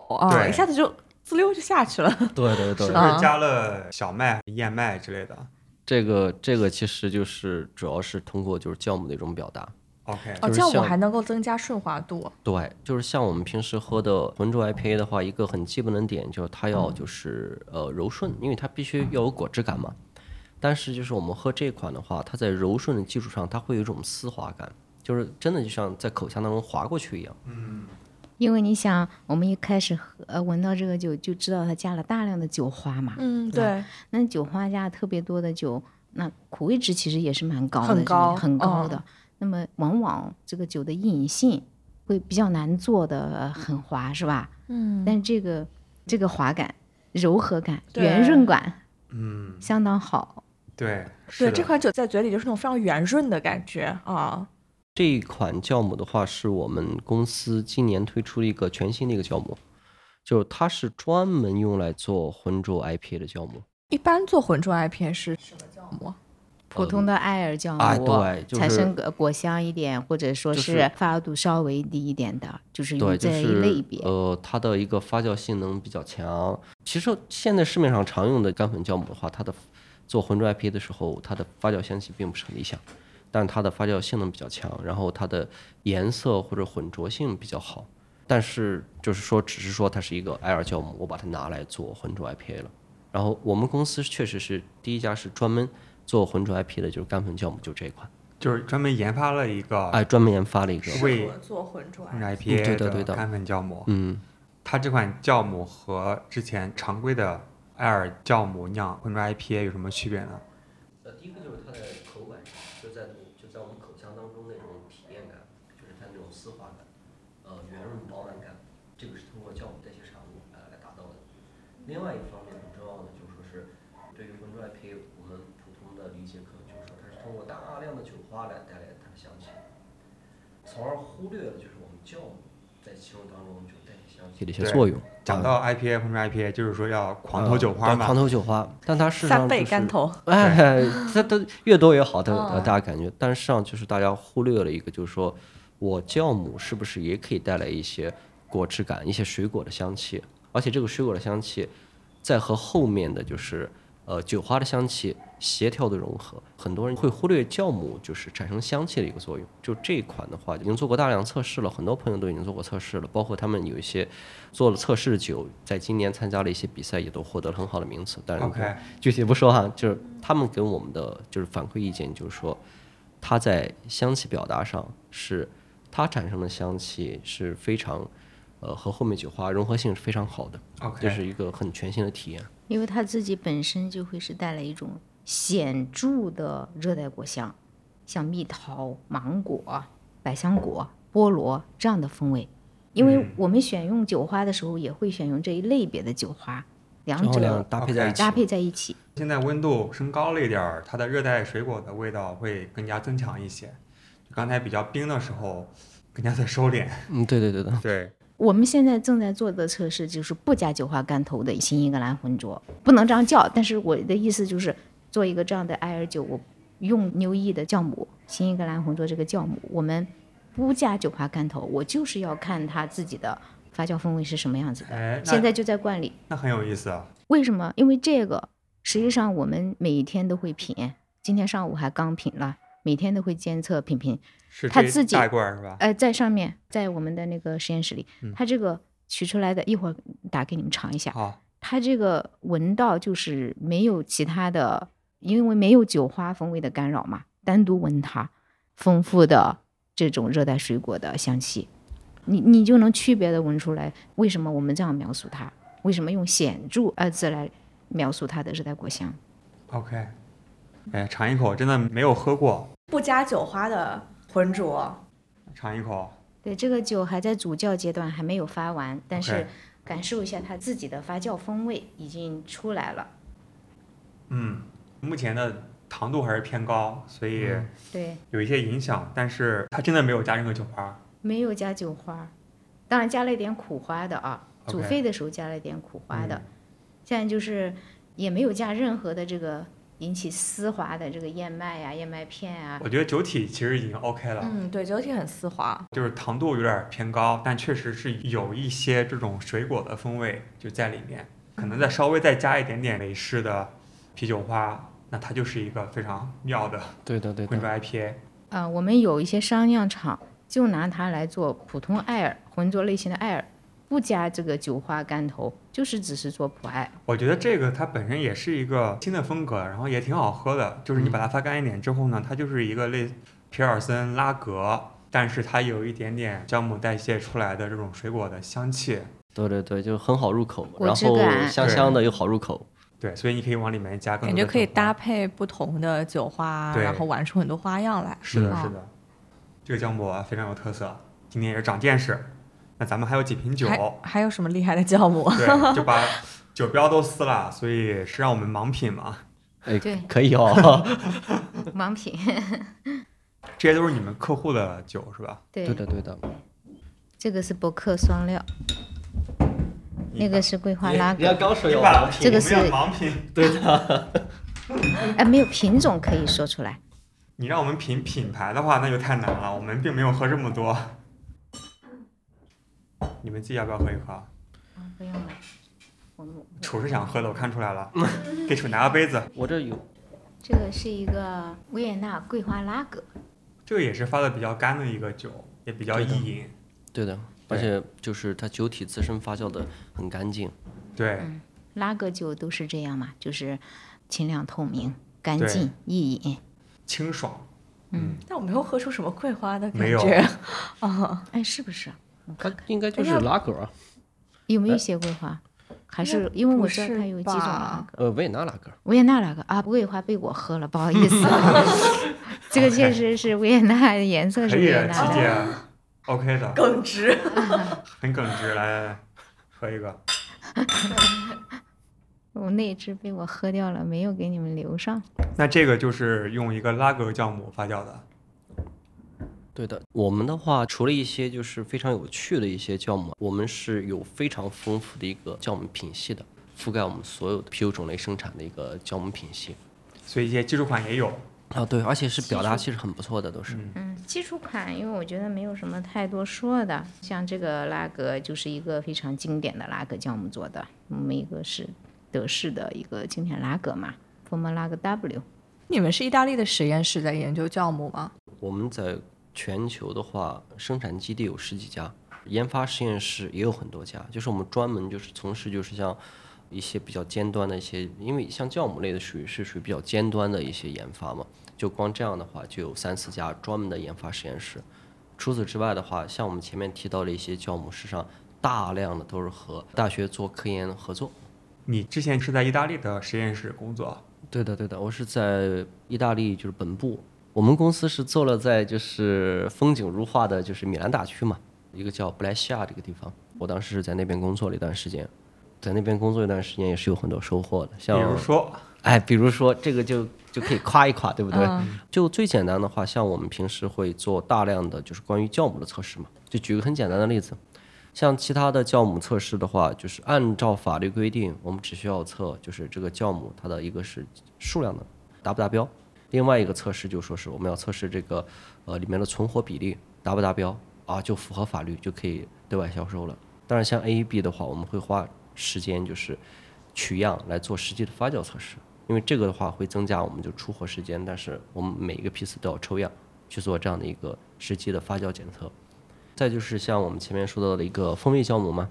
F: 啊，
B: 对
F: 一下子就滋溜就下去了。
E: *laughs* 对对对
B: 是
F: 嗯
B: 不是加了小麦、燕麦之类的
E: 这个这个其实就是主要是通过就是酵母的一种表达，
B: ？OK，
F: 哦，
E: 就是
F: 酵母
E: 像
F: 还能够增加顺滑度。
E: 对，就是像我们平时喝的浑浊 IPA 的话，一个很基本的点就是它要就是呃柔顺，因为它必须要有果汁感嘛。但是就是我们喝这款的话，它在柔顺的基础上，它会有一种丝滑感，就是真的就像在口腔当中滑过去一样。
D: 因为你想，我们一开始喝呃闻到这个酒就知道它加了大量的酒花嘛，
F: 嗯，
D: 对，那酒花加特别多的酒，那苦味值其实也是蛮高的，
F: 很
D: 是
F: 高
D: 很高的。
F: 嗯
D: 那么往往这个酒的饮性会比较难做的很滑，是吧？嗯。但这个这个滑感、柔和感、
F: 对
D: 圆润感
B: 嗯，
D: 相当好。
B: 对，是
F: 对，
B: 的
F: 这款酒在嘴里就是那种非常圆润的感觉啊。
E: 这一款酵母的话，是我们公司今年推出一个全新的一个酵母，就它是专门用来做浑浊 IPA 的酵母
F: 一般做混浊 IPA 是什么酵母？
D: 普通的艾尔酵母、
E: 啊，对，就
D: 产生
E: 是
D: 个果香一点，或者说
E: 就是
D: 是发酵度稍微低一点的，就是
E: 对，
D: 用
E: 就
D: 这一
E: 是
D: 类别。
E: 呃，它的一个发酵性能比较强。其实现在市面上常用的干粉酵母的话，它的做浑浊 IPA 的时候，它的发酵香气并不是很理想，但它的发酵性能比较强，然后它的颜色或者混浊性比较好。但是就是说，只是说它是一个 IR 酵母，我把它拿来做浑浊 IPA 了。然后我们公司确实是第一家是专门做浑浊 IPA 的，就是干粉酵母，就这一款，
B: 就是专门研发了一个
E: 哎，专门研发了一个，
B: 为
F: 做混浊
B: IPA
E: 对的对的
B: 干粉酵母。
E: 嗯，
B: 它这款酵母和之前常规的艾尔酵母酿混浊 IPA 有什么区别呢？
E: 呃，第一个就是它的口感，就在就在我们口腔当中那种体验感，就是它那种丝滑感，呃，圆润饱满感，这个是通过酵母代谢产物来来达到的。另外一方面很重要的就是说是对于浑浊 IPA，我们普通的理解可能就是说它是通过大量的酒花来带来它的香气，从而忽略了就是我们酵母在其中当中就代谢香气的一些
B: 对
E: 作用。啊
B: 讲到 IPA 混浊 IPA，就是说呃要狂投酒花
E: 对
B: 嘛，
E: 狂投酒花，但它事实
F: 三
E: 上
F: 倍
E: 就是
F: 干头，
E: *laughs* 哎，这都越多越好，它呃
F: 嗯
E: 大家感觉，但是实际上就是大家忽略了一个，就是说我酵母是不是也可以带来一些果汁感、一些水果的香气，而且这个水果的香气再和后面的就是呃酒花的香气协调的融合，很多人会忽略酵母就是产生香气的一个作用。就这一款的话，已经做过大量测试了，很多朋友都已经做过测试了，包括他们有一些做了测试的酒，在今年参加了一些比赛，也都获得了很好的名次。但是
B: OK
E: 具体不说哈、就是他们给我们的就是反馈意见，就是说它在香气表达上是它产生的香气是非常。呃，和后面酒花融合性是非常好的
B: OK
E: 这是一个很全新的体验。
D: 因为它自己本身就会是带来一种显著的热带果香，像蜜桃、芒果、百香果、菠萝这样的风味。因为
E: 嗯
D: 我们选用酒花的时候，也会选用这一类别的酒花，两
E: 然后两
D: 者
E: 搭配在一起，
D: 搭配在一起。
B: 现在温度升高了一点儿，它的热带水果的味道会更加增强一些。就刚才比较冰的时候，更加的收敛。
E: 嗯，对对对的，
B: *laughs* 对，
D: 我们现在正在做的测试就是不加酒花干头的新英格兰浑浊，不能这样叫，但是我的意思就是做一个这样的 IR 酒，我用牛邑的酵母新英格兰浑浊这个酵母，我们不加酒花干头，我就是要看它自己的发酵风味是什么样子
B: *laughs*
D: 的。
B: 哎，那
D: 现在就在罐里，
B: 那很有意思啊。
D: 为什么？因为这个实际上我们每天都会品，今天上午还刚品了，每天都会监测品品，
B: 是
D: 它
B: 这
D: 自己
B: 大罐儿是吧？
D: 呃，在上面，在我们的那个实验室里，它这个取出来的，一会儿打给你们尝一下。
B: 呃好，
D: 它这个闻到就是没有其他的，因为没有酒花风味的干扰嘛，单独闻它，丰富的这种热带水果的香气，你你就能区别的闻出来，为什么我们这样描述它，为什么用显著二字来描述它的热带果香。
B: OK，哎，尝一口，真的没有喝过，
F: 不加酒花的浑浊。
B: 尝一口。
D: 对，这个酒还在主教阶段，还没有发完，但
B: OK
D: 是感受一下它自己的发酵风味已经出来了。
B: 嗯，目前的糖度还是偏高，所以
D: 对，
B: 有一些影响，但是它真的没有加任何酒花。
D: 没有加酒花儿，当然加了一点苦花的啊。
B: OK 嗯
D: 煮沸的时候加了一点苦花的，现在就是也没有加任何的这个引起丝滑的这个燕麦呀、燕麦片啊。
B: 我觉得酒体其实已经 OK 了，
F: 嗯，对，酒体很丝滑。
B: 就是糖度有点偏高，但确实是有一些这种水果的风味就在里面，可能再稍微再加一点点美式的啤酒花，那它就是一个非常妙的
E: 对的对
B: 混浊 IPA。
D: 啊、我们有一些商酿厂就拿它来做普通艾尔浑浊类型的艾尔，不加这个酒花干头，就是只是做普艾。
B: 我觉得这个它本身也是一个新的风格，然后也挺好喝的。就是你把它
F: 嗯
B: 发干一点之后呢，它就是一个类皮尔森拉格，但是它有一点点酵母代谢出来的这种水果的香气。
E: 对对对，就很好入口，
D: 果
E: 然
D: 汁
E: 后
D: 感
E: 香香的又好入口。
B: 对，所以你可以往里面加更
F: 感
B: 多的
F: 觉可以
B: 酒花
F: 搭。配不同的酒花，
B: 对
F: 然后玩出很多花样来。
B: 是的，
D: 嗯
B: 是的，这个酵母啊非常有特色，今天也是长见识。那咱们还有几瓶酒，
F: 还还有什么厉害的酵母？
B: 对，就
F: *laughs*
B: 把酒标都撕了，所以是让我们盲品嘛。
E: 哎，
D: 对
E: 可以哦。
D: 盲品， *laughs*
B: 这些都是你们客户的酒是吧？
D: 对
E: 哎对的对的，
D: 这个是博客双料，那个是桂花
E: 你
D: 拉
E: 你要
D: 格，
E: 刚说要
B: 你把
E: 盲品，
D: 这个
B: 我们要
D: 是
B: 盲品，
E: 对的，
D: 哎，没有品种可以说出来。
B: 你让我们品品牌的话，那就太难了。我们并没有喝这么多，你们自己要不要喝一喝啊？
D: 嗯，不用了，我们
B: 楚是想喝的，我看出来了，
D: 嗯
B: *laughs* 给楚拿个杯子。
E: 我这有
D: 这个是一个维也纳桂花拉格，
B: 这个也是发的比较干的一个酒，也比较
E: 对的
B: 易饮。
E: 对的，而且就是它酒体自身发酵的很干净，
B: 对，
D: 嗯拉格酒都是这样嘛，就是清亮透明、干
B: 对
D: 净、易饮。
B: 清爽。
F: 但我没有喝出什么桂花的感
B: 没有
F: *laughs* 觉。啊
D: 哎，是不是？我看
E: 它
B: 呃
D: 看
E: 应该就是拉格啊，
D: 有没有写桂花？还是因为我知道它有几种拉格，
E: 呃，维也纳拉格。
D: 维也纳拉格啊，桂花被我喝了，不好
B: *laughs*
D: 意思啊。这个确实是维也纳颜色是
B: 可
D: 维
B: 以啊
D: 也
B: 的，
D: 纳
B: 琪
D: 的，
B: 姐，OK 的，
F: 耿直，
B: 很耿直，来来来，喝一个。
D: 我那一支被我喝掉了，没有给你们留上。
B: 那这个就是用一个拉格酵母发酵的，
E: 对的，我们的话除了一些就是非常有趣的一些酵母，我们是有非常丰富的一个酵母品系的，覆盖我们所有的啤酒种类生产的一个酵母品系
B: 所以一些技术款也有。
E: 啊，对，而且是表达其实很不错的，都是。
D: 嗯，基础款，因为我觉得没有什么太多说的，像这个拉格就是一个非常经典的拉格酵母做的，我们一个是德式的一个经典拉格嘛，佛摩拉格 W，
F: 你们是意大利的实验室在研究酵母吗？
E: 我们在全球的话，生产基地有十几家，研发实验室也有很多家，就是我们专门就是从事就是像一些比较尖端的一些，因为像酵母类的属于是属于比较尖端的一些研发嘛，就光这样的话就有三四家专门的研发实验室。除此之外的话，像我们前面提到的一些酵母，实际上大量的都是和大学做科研合作。
B: 你之前是在意大利的实验室工作，
E: 对的，对的，我是在意大利，就是本部。我们公司是坐落在就是风景如画的，就是米兰大区嘛，一个叫布莱西亚这个地方。我当时是在那边工作了一段时间，在那边工作一段时间也是有很多收获的，
B: 比
E: 像
B: 如说，
E: 哎，比如说这个就就可以夸一夸，对不对？就最简单的话，像我们平时会做大量的就是关于酵母的测试嘛。就举个很简单的例子，像其他的酵母测试的话，就是按照法律规定，我们只需要测就是这个酵母它的一个是数量的达不达标，另外一个测试就说是我们要测试这个呃里面的存活比例达不达标啊，就符合法律就可以对外销售了。当然，像 A、B 的话，我们会花时间就是取样来做实际的发酵测试，因为这个的话会增加我们就出货时间，但是我们每一个批次都要抽样去做这样的一个实际的发酵检测。再就是像我们前面说到的一个风味酵母嘛，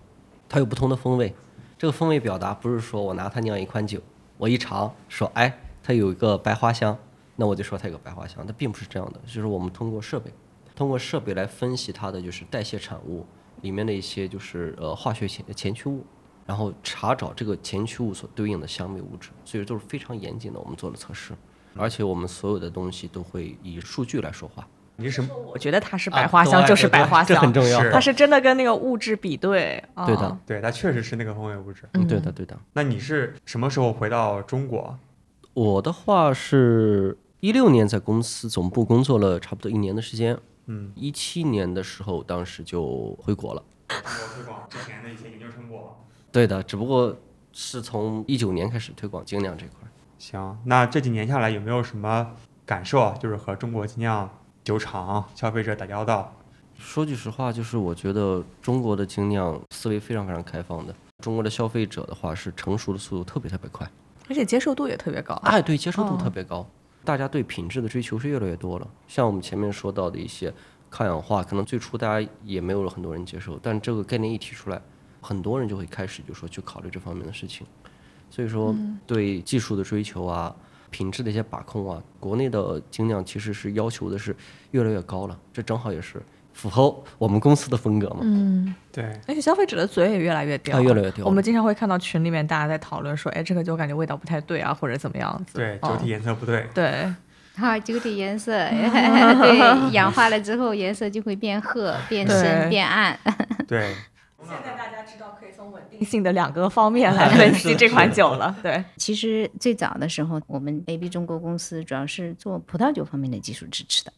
E: 它有不同的风味，这个风味表达不是说我拿它酿一款酒，我一尝说哎它有一个白花香，那我就说它有个白花香，它并不是这样的，就是我们通过设备，通过设备来分析它的就是代谢产物里面的一些就是呃化学前前驱物，然后查找这个前驱物所对应的香味物质，所以都是非常严谨的。我们做了测试，而且我们所有的东西都会以数据来说话。
B: 你是什么？
F: 我觉得它是
E: 啊
F: 白花香，
E: 对
F: 就是
E: 对对
F: 白花
E: 这很
F: 香，
E: 重要。
B: 是
F: 它是真的跟那个物质比对。啊
E: 对的，
B: 对，它确实是那个风味物质。
E: 嗯，对的，对的。
B: 那你是什么时候回到中国？
E: 我的话是一六年在公司总部工作了差不多一年的时间，
B: 嗯，
E: 一七年的时候当时就回国了。
B: 我推广之前的一些研究成果。
E: 对的，只不过是从一九年开始推广精酿这块儿。
B: 行，那这几年下来有没有什么感受啊？就是和中国精酿酒厂消费者打交道，
E: 说句实话，就是我觉得中国的精酿思维非常非常开放的，中国的消费者的话是成熟的速度特别特别快。
F: 而且接受度也特别高。
E: 哎，对，接受度特别高，大家对品质的追求是越来越多了。像我们前面说到的一些抗氧化，可能最初大家也没有很多人接受，但这个概念一提出来，很多人就会开始就说去考虑这方面的事情。所以说，对技术的追求啊，品质的一些把控啊，国内的精酿其实是要求的是越来越高了，这正好也是符合我们公司的风格嘛。啊
F: 嗯，
B: 对，
F: 而且消费者的嘴也越来越刁，
E: 啊越来越刁
F: 我们经常会看到群里面大家在讨论说，哎，这个酒感觉味道不太对啊，或者怎么样子。
B: 对，
F: 哦
B: 酒体颜色不对，
F: *laughs* 对，
D: 啊，酒体颜 *laughs* 色，对，氧化了之后颜色就会变褐、变深、
F: 对
D: 变暗。 *laughs*
B: 对，
A: 现在大家知道可以从稳定
F: 定性的两个方面来分析这款酒了。 *laughs* 对，
D: 其实最早的时候，我们 AB 中国公司主要是做葡萄酒方面的技术支持的。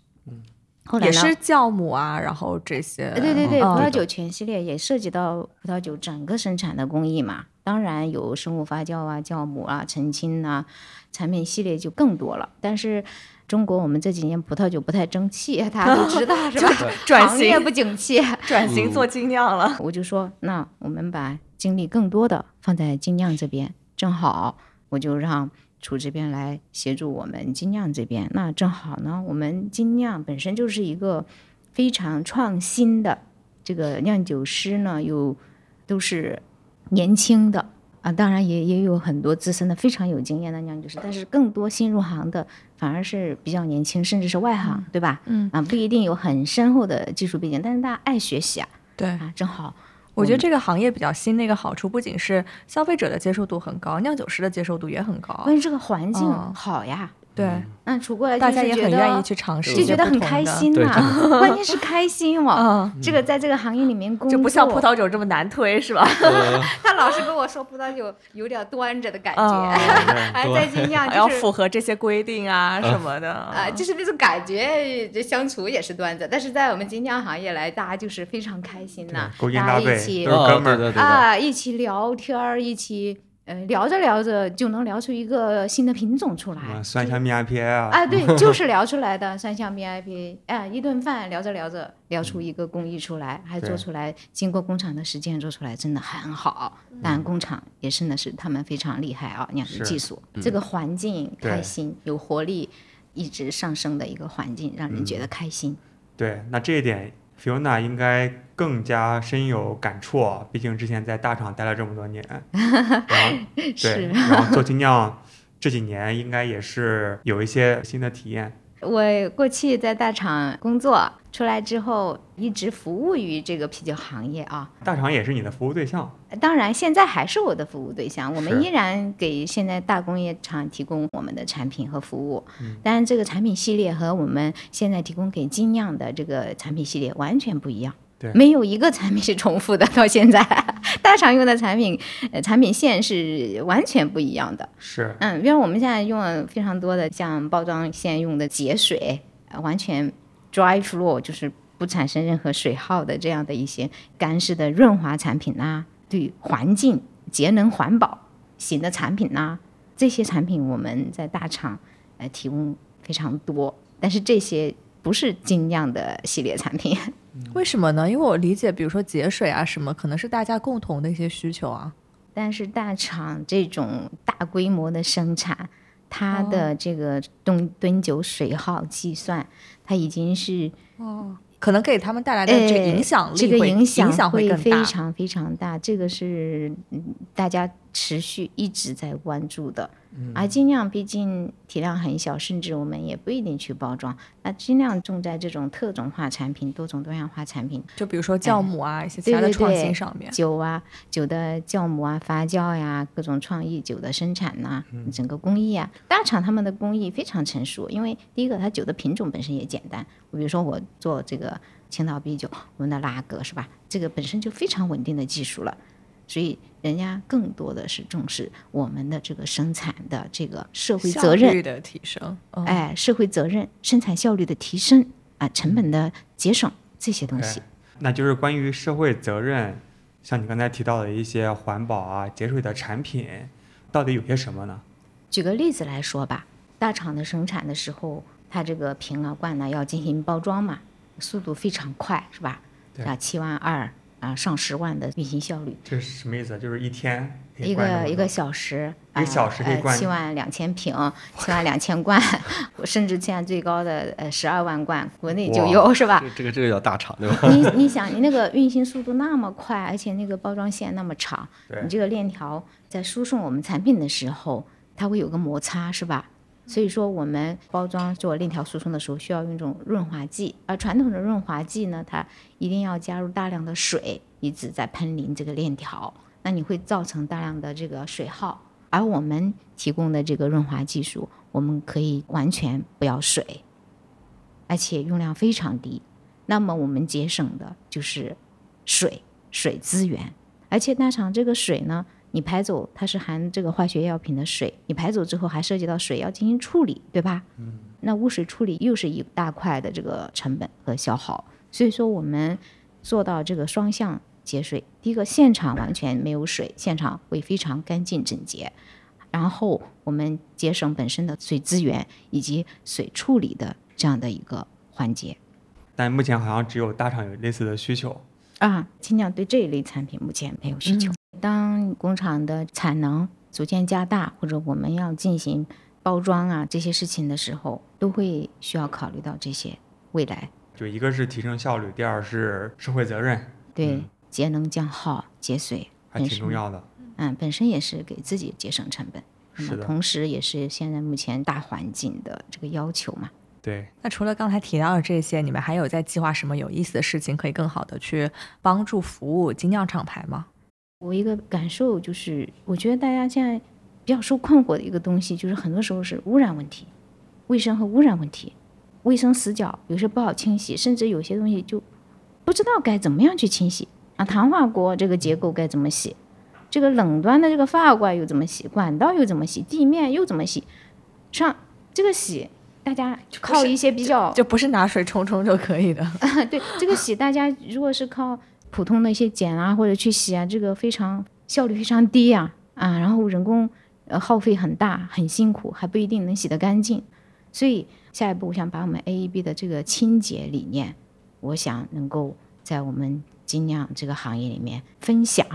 D: 后
C: 嗯
D: 来
C: 也
D: 呢？
C: 是酵母啊，然后这些，
D: 呃对对对，葡
F: 哦
C: 嗯
D: 萄酒全系列也涉及到葡萄酒整个生产的工艺嘛，当然有生物发酵啊、酵母啊、澄清啊，产品系列就更多了。但是中国我们这几年葡萄酒不太争气， *laughs* 大家都知道
F: *laughs*
D: 是吧？
F: *laughs* 转
D: 行业
F: 型
D: 不景气，
F: *laughs* 转型
D: 嗯
F: 做精酿了。
D: 我就说，那我们把精力更多的放在精酿这边，正好我就让楚这边来协助我们精酿这边。那正好呢，我们精酿本身就是一个非常创新的，这个酿酒师呢有都是年轻的。啊，当然也也有很多资深的、非常有经验的酿酒师，但是更多新入行的反而是比较年轻，甚至是外行，对吧？
C: 嗯
D: 啊，不一定有很深厚的技术背景，但是大家爱学习啊，
C: *laughs* 对，
D: 啊，正好
C: 我
D: 我
C: 觉得
D: 们
C: 这个行业比较新的一个好处，不仅是消费者的接受度很高，酿酒师的接受度也很高。
D: 关于这个环境
C: 嗯
D: 好呀，
C: 对，
D: 那楚过来
C: 大
D: 就
C: 家
D: 是
C: 也
D: 觉
C: 很愿意
D: 得
C: 去尝试，
D: 嗯就觉得很开。心
E: 对
D: 呐、 *laughs* 关键是开心哦。
C: 嗯，
D: 这个在这个行业里面工作，
F: 就不像葡
D: *laughs*
F: 萄酒这么难推，是吧？
D: 他老是跟我说葡萄酒有点端着的感
C: 哦
D: 觉， *laughs* 哎，在
F: *laughs*
D: 尽量
F: 要
D: 就是
F: 符合这些规定啊什么的。
D: 啊、就是那种感觉，这相处也是端着，但是在我们精酿行业来，大家就是非常开心呐、
B: 勾肩搭
D: 大家一
B: 背
D: 起
B: 都是哥们儿
E: 对对对的，
D: 啊，一起聊天儿，一起呃聊着聊着就能聊出一个新的品种出来，
B: 啊，酸香蜜 IPA 啊，
D: 嗯啊，对，
B: *laughs*
D: 就是聊出来的三项 BIP，哎，一顿饭聊着聊着聊出一个工艺出来，还
B: 嗯
D: 做
B: 对
D: 出来，经过工厂的实践做出来，真的很好。当然，工厂也是呢，是他们非常厉害啊，酿
B: 是嗯
D: 酒技术，这个环境
B: 对
D: 开心、有活力，一直上升的一个环境，让人觉
B: 嗯
D: 得开心。
B: 对，那这一点 Fiona 应该更加深有感触啊，毕竟之前在大厂待了这么多年，然后对，
D: 是
B: 然后做精酿这几年应该也是有一些新的体验。
D: 我过去在大厂工作，出来之后一直服务于这个啤酒行业啊，
B: 大厂也是你的服务对象，
D: 当然，现在还是我的服务对象，我们
B: 是
D: 依然给现在大工业厂提供我们的产品和服务。
B: 嗯
D: 当然，这个产品系列和我们现在提供给精酿的这个产品系列完全不一样。
B: 对
D: 没有一个产品是重复的。到现在， *laughs* 大厂用的产品，呃，产品线是完全不一样的。
B: 是
D: 嗯，比如我们现在用了非常多的像包装线用的节水，呃完全 dry flow 就是不产生任何水耗的这样的一些干式的润滑产品呐、对环境节能环保型的产品呐、这些产品我们在大厂呃提供非常多，但是这些不是精酿的系列产品。
C: 为什么呢？因为我理解，比如说节水啊什么，可能是大家共同的一些需求啊。
D: 但是大厂这种大规模的生产，
C: 哦
D: 它的这个吨吨酒水耗计算，它已经是
C: 可能给他们带来的
D: 呃
C: 这个影响力
D: 这个
C: 会
D: 影响
C: 会更
D: 非
C: 大。
D: 常非常大。这个是嗯大家持续一直在关注的。
C: 嗯
D: 而精酿毕竟体量很小，甚至我们也不一定去包装。那精酿重在这种特种化产品、多种多样化产品
C: 就比如说酵母啊，一些其他
D: 哎对
C: 的
D: 对
C: 创
D: 对
C: 新上面，
D: 酒啊，酒的酵母啊、发酵呀、各种创意酒的生产呐、
F: 嗯
D: 整个工艺啊，大厂他们的工艺非常成熟。因为第一个，它酒的品种本身也简单。我比如说我做这个青岛啤酒，我们的拉格是吧？这个本身就非常稳定的技术了，所以人家更多的是重视我们的这个生产的这个社会
F: 效
D: 责任
F: 率的提升。嗯，
D: 哎，社会责任、生产效率的提升啊，成本的节省这些东西。
B: 那就是关于社会责任，像你刚才提到的一些环保啊、节水的产品，到底有些什么呢？
D: 举个例子来说吧，大厂的生产的时候，它这个瓶啊罐呢要进行包装嘛，速度非常快，是吧？
B: 对
D: 啊，七万二啊，上十万的运行效率，
B: 这是什么意思？就是一天可以
D: 一
B: 灌这么
D: 个一
B: 多
D: 个小时，啊呃
B: 一个小时可以灌
D: 七万两千瓶，七万两千罐， *laughs* 甚至现在最高的呃十二万罐，国内就
B: 哇
D: 有是吧？
B: *laughs*
E: 这这个这个叫大厂对吧？
D: 你你想，你那个运行速度那么快，而且那个包装线那么长，
B: 对
D: 你这个链条在输送我们产品的时候，它会有个摩擦，是吧？所以说，我们包装做链条输送的时候，需要用一种润滑剂，而传统的润滑剂呢，它一定要加入大量的水，一直在喷淋这个链条，那你会造成大量的这个水耗。而我们提供的这个润滑技术，我们可以完全不要水，而且用量非常低。那么我们节省的就是水水资源，而且大厂这个水呢，你排走它是含这个化学药品的水，你排走之后还涉及到水要进行处理，对吧？嗯，那污水处理又是一大块的这个成本和消耗。所以说我们做到这个双向节水，第一个现场完全没有水，现场会非常干净整洁。然后我们节省本身的水资源以及水处理的这样的一个环节
B: 但目前好像只有大厂有类似的需求。
D: 啊。清酿对这一类产品目前没有需
B: 嗯
D: 求。当工厂的产能逐渐加大，或者我们要进行包装啊这些事情的时候，都会需要考虑到这些未来
B: 就一个是提升效率，第二是社会责任，
D: 对、
B: 嗯
D: 节能降耗、节水，
B: 还挺重要的。
D: 嗯，本身也是给自己节省成本。那
B: 是
D: 么
B: 的
D: 同时也是现在目前大环境的这个要求嘛。
B: 对，
F: 那除了刚才提到的这些，你们还有在计划什么有意思的事情，可以更好的去帮助服务精酿厂牌吗？
D: 我一个感受就是，我觉得大家现在比较受困惑的一个东西，就是很多时候是污染问题、卫生和污染问题，卫生死角，有些不好清洗，甚至有些东西就不知道该怎么样去清洗啊。糖化锅这个结构该怎么洗？这个冷端的这个发挂又怎么洗？管道又怎么洗？地面又怎么洗？上这个洗，大家靠一些比较
F: 就不是拿水冲冲就可以的。
D: *laughs* 对这个洗，大家如果是靠普通的一些碱啊或者去洗啊，这个非常效率非常低呀啊然后人工呃耗费很大，很辛苦，还不一定能洗得干净。所以下一步，我想把我们 AEB 的这个清洁理念，我想能够在我们精酿这个行业里面分享，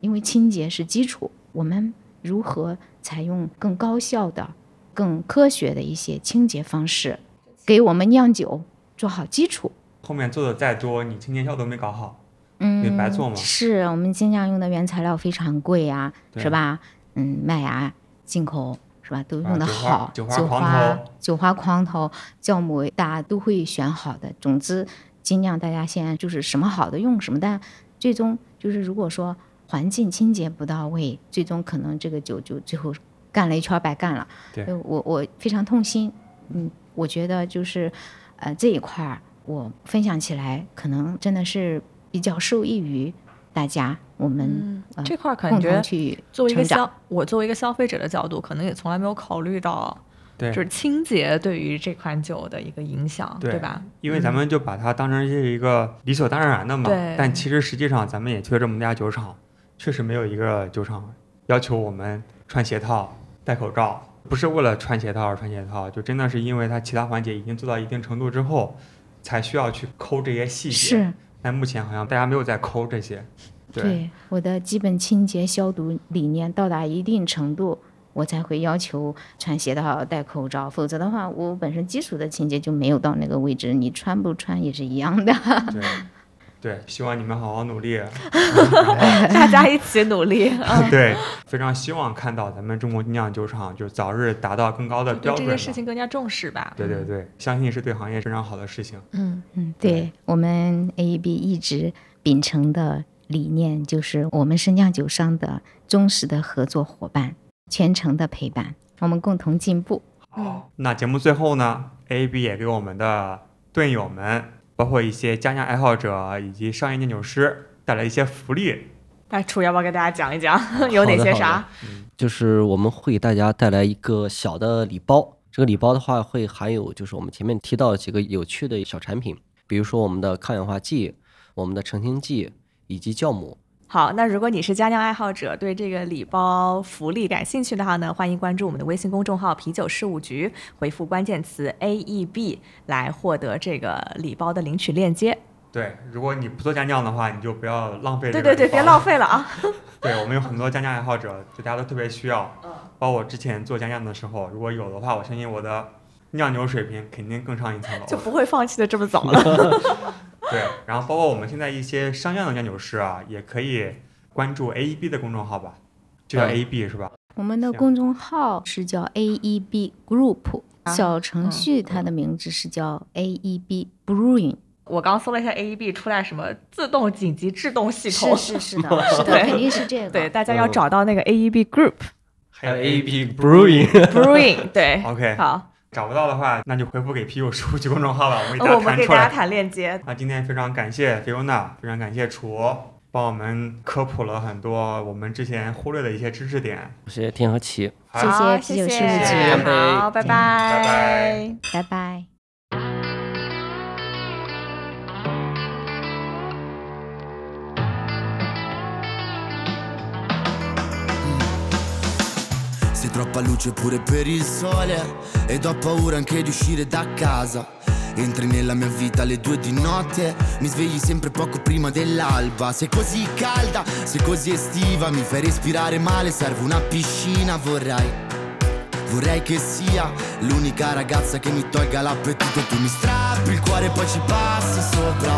D: 因为清洁是基础，我们如何采用更高效的、更科学的一些清洁方式，给我们酿酒做好基础。
B: 后面做的再多，你清洁效都没搞好，你白做嘛。
D: 嗯是我们精酿用的原材料非常贵啊，
B: 对
D: 是吧？嗯，麦芽进口是吧？都用的
B: 酒花
D: 好，
B: 酒
D: 酒
B: 啊花
D: 花
B: 狂头
D: 酒花狂头、酵母，大家都会选好的。总之，精酿大家现在就是什么好的用什么，但最终就是如果说环境清洁不到位，最终可能这个酒就最后干了一圈儿白干了。
B: 对
D: 呃我我非常痛心。嗯，我觉得就是，呃，这一块儿我分享起来，可能真的是比较受益于大家，我们、呃
F: 这块儿嗯感
D: 共
F: 觉
D: 同去
F: 作为一个
D: 成长
F: 消，我作为一个消费者的角度，可能也从来没有考虑到，
B: 对
F: 就是清洁对于这款酒的一个影响，
B: 对
F: 吧？
B: 因为咱们就把它当成是一个理所当然的嘛。
F: 嗯对
B: 但其实实际上，咱们也去了这么多家酒厂，确实没有一个酒厂要求我们穿鞋套、戴口罩，不是为了穿鞋套而穿鞋套，就真的是因为它其他环节已经做到一定程度之后，才需要去抠这些细节。
D: 是
B: 但目前好像大家没有在抠这些。对，
D: 对我的基本清洁消毒理念到达一定程度，我才会要求穿鞋套、戴口罩，否则的话，我本身基础的清洁就没有到那个位置，你穿不穿也是一样的。
B: 对，对，希望你们好好努力。
F: 大家一起努力，
B: *laughs* 对，非常希望看到咱们中国精酿酒厂就早日达到更高的标
F: 对这
B: 准
F: 件
B: 吧。
F: 事情嗯更加重视吧。
B: 对对对，相信是对行业非常好的事情。
F: 嗯，
D: 嗯，
B: 对
D: 对我们 AEB 一直秉承的理念就是，我们是酿酒商的忠实的合作伙伴，全程的陪伴，我们共同进步。
F: 嗯
B: 好，那节目最后呢，AB 也给我们的队友们，包括一些家酿爱好者以及商业酿酒师带来一些福利。
F: 那楚要不要跟大家讲一讲有哪些
E: 好的
F: 啥？
E: 就是我们会给大家带来一个小的礼包。这个礼包的话，会含有就是我们前面提到几个有趣的小产品，比如说我们的抗氧化剂、我们的澄清剂以及酵母。
F: 好，那如果你是家酿爱好者，对这个礼包福利感兴趣的话呢，欢迎关注我们的微信公众号“啤酒事务局”，回复关键词 “AEB” 来获得这个礼包的领取链接。
B: 对，如果你不做家酿的话，你就不要浪费。
F: 对对对，别浪。费了啊！
B: 对我们有很多家酿爱好者，就大家都特别需要。
F: 嗯
B: 包括我之前做家酿的时候，如果有的话，我相信我的酿酒水平肯定更上一层楼。
F: 就不会放弃的这么早了。 *laughs*
B: 对，然后包括我们现在一些商酿的酿酒师啊，也可以关注 AEB 的公众号吧，就叫
E: 嗯
B: AEB 是吧？
D: 我们的
B: 行
D: 公众号是叫 AEB Group，、
F: 啊
D: 小程序它的名字是叫 AEB Brewing。
F: 我刚搜了一下 AEB 出来什么自动紧急制动系
D: 是
F: 统，
D: 是是的， *laughs* 是的，
F: 对
D: 肯定是这个。
F: 对，大家要找到那个 AEB Group *laughs*
B: 还有
E: AB Brewing，
F: Brewing，对
B: OK，
F: 好，
B: 找不到的话，那就回复给啤酒事务局哦公众号吧，我们给大家
F: 我们
B: 弹
F: 给
B: 出
F: 大家
B: 来。
F: 谈链接。
B: 那今天非常感谢菲欧娜，非常感谢楚，帮我们科普了很多我们之前忽略的一些知识点。
E: *laughs* 谢谢天和奇。
B: 好
D: 谢
F: 谢
D: 啤酒师
F: 谢
B: 干
D: 傅
B: 杯
F: 好，拜
B: 拜拜
D: 拜拜。
H: Sei troppa luce pure per il sole Ed ho paura anche di uscire da casa Entri nella mia vita alle due di notte Mi svegli sempre poco prima dell'alba Sei così calda, sei così estiva Mi fai respirare male, serve una piscina Vorrei, vorrei che sia L'unica ragazza che mi tolga l'appetito Tu mi strappi il cuore e poi ci passi sopra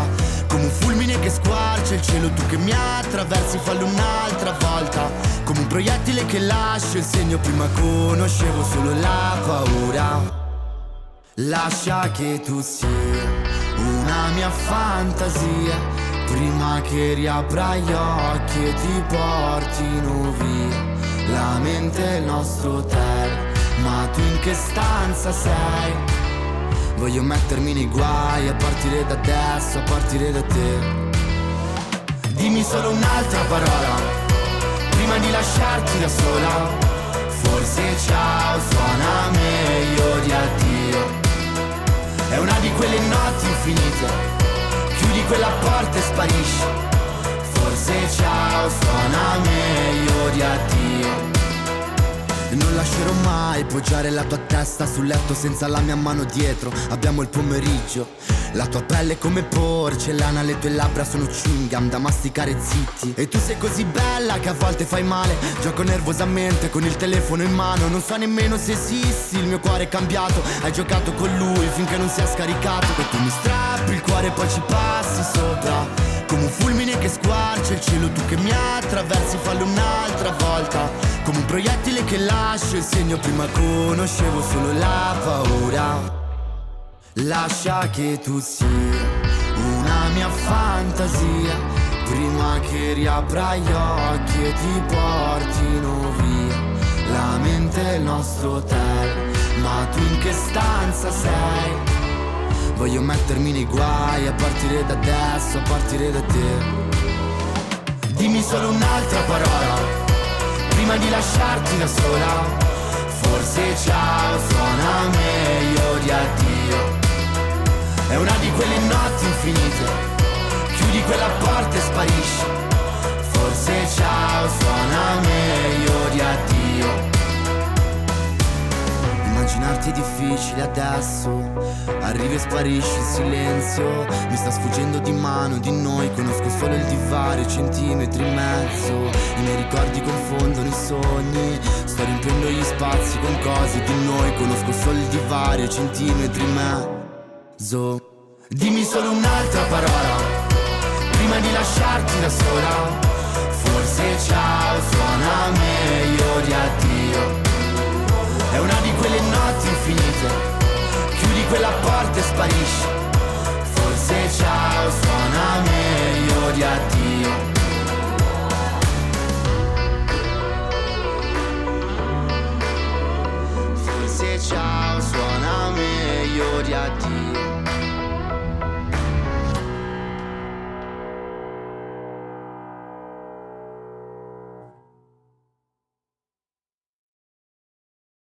H: Come un fulmine che squarcia il cielo Tu che mi attraversi, fallo un'altra volta Come un proiettile che lascia il segno Prima conoscevo solo la paura Lascia che tu sia una mia fantasia Prima che riapra gli occhi e ti portino via La mente è il nostro hotel Ma tu in che stanza sei? Voglio mettermi nei guai a partire da adesso, a partire da te Dimmi solo un'altra parola Prima di lasciarti da sola Forse ciao suona meglio di addio È una di quelle notti infinite Chiudi quella porta e sparisci Forse ciao suona meglio di addio e non lascerò mai poggiare la tua testa sul letto senza la mia mano dietro. Abbiamo il pomeriggio. La tua pelle è come porcellana, le tue labbra sono chewing gum da masticare zitti. E tu sei così bella che a volte fai male. Gioco nervosamente con il telefono in mano. Non so nemmeno se esisti, il mio cuore è cambiato. Hai giocato con lui finché non si è scaricato. E tu mi strappi il cuore e poi ci passi sopra. Come un fulmine che squarcia il cielo, tu che mi attraversi, fallo un'altra volta. Come un proiettile che lascia il segno, prima conoscevo solo la paura. Lascia che tu sia una mia fantasia, prima che riapra gli occhi e ti portino via. La mente è il nostro hotel, ma tu in che stanza sei? Voglio mettermi nei guai a partire da adesso, a partire da te. Dimmi solo un'altra parola, prima di lasciarti da sola. Forse ciao suona meglio di addio. È una di quelle notti infinite, chiudi quella porta e sparisci. Forse ciao suona meglio di addio. Immaginarti è difficile adesso Arrivi e sparisci il silenzio Mi sta sfuggendo di mano di noi Conosco solo il divario, centimetri e mezzo I miei ricordi confondono i sogni Sto riempiendo gli spazi con cose di noi Conosco solo il divario, centimetri e mezzo Dimmi solo un'altra parola Prima di lasciarti da sola Forse ciao suona meglio di addio è una di quelle notti infinite Chiudi quella porta e sparisci Forse ciao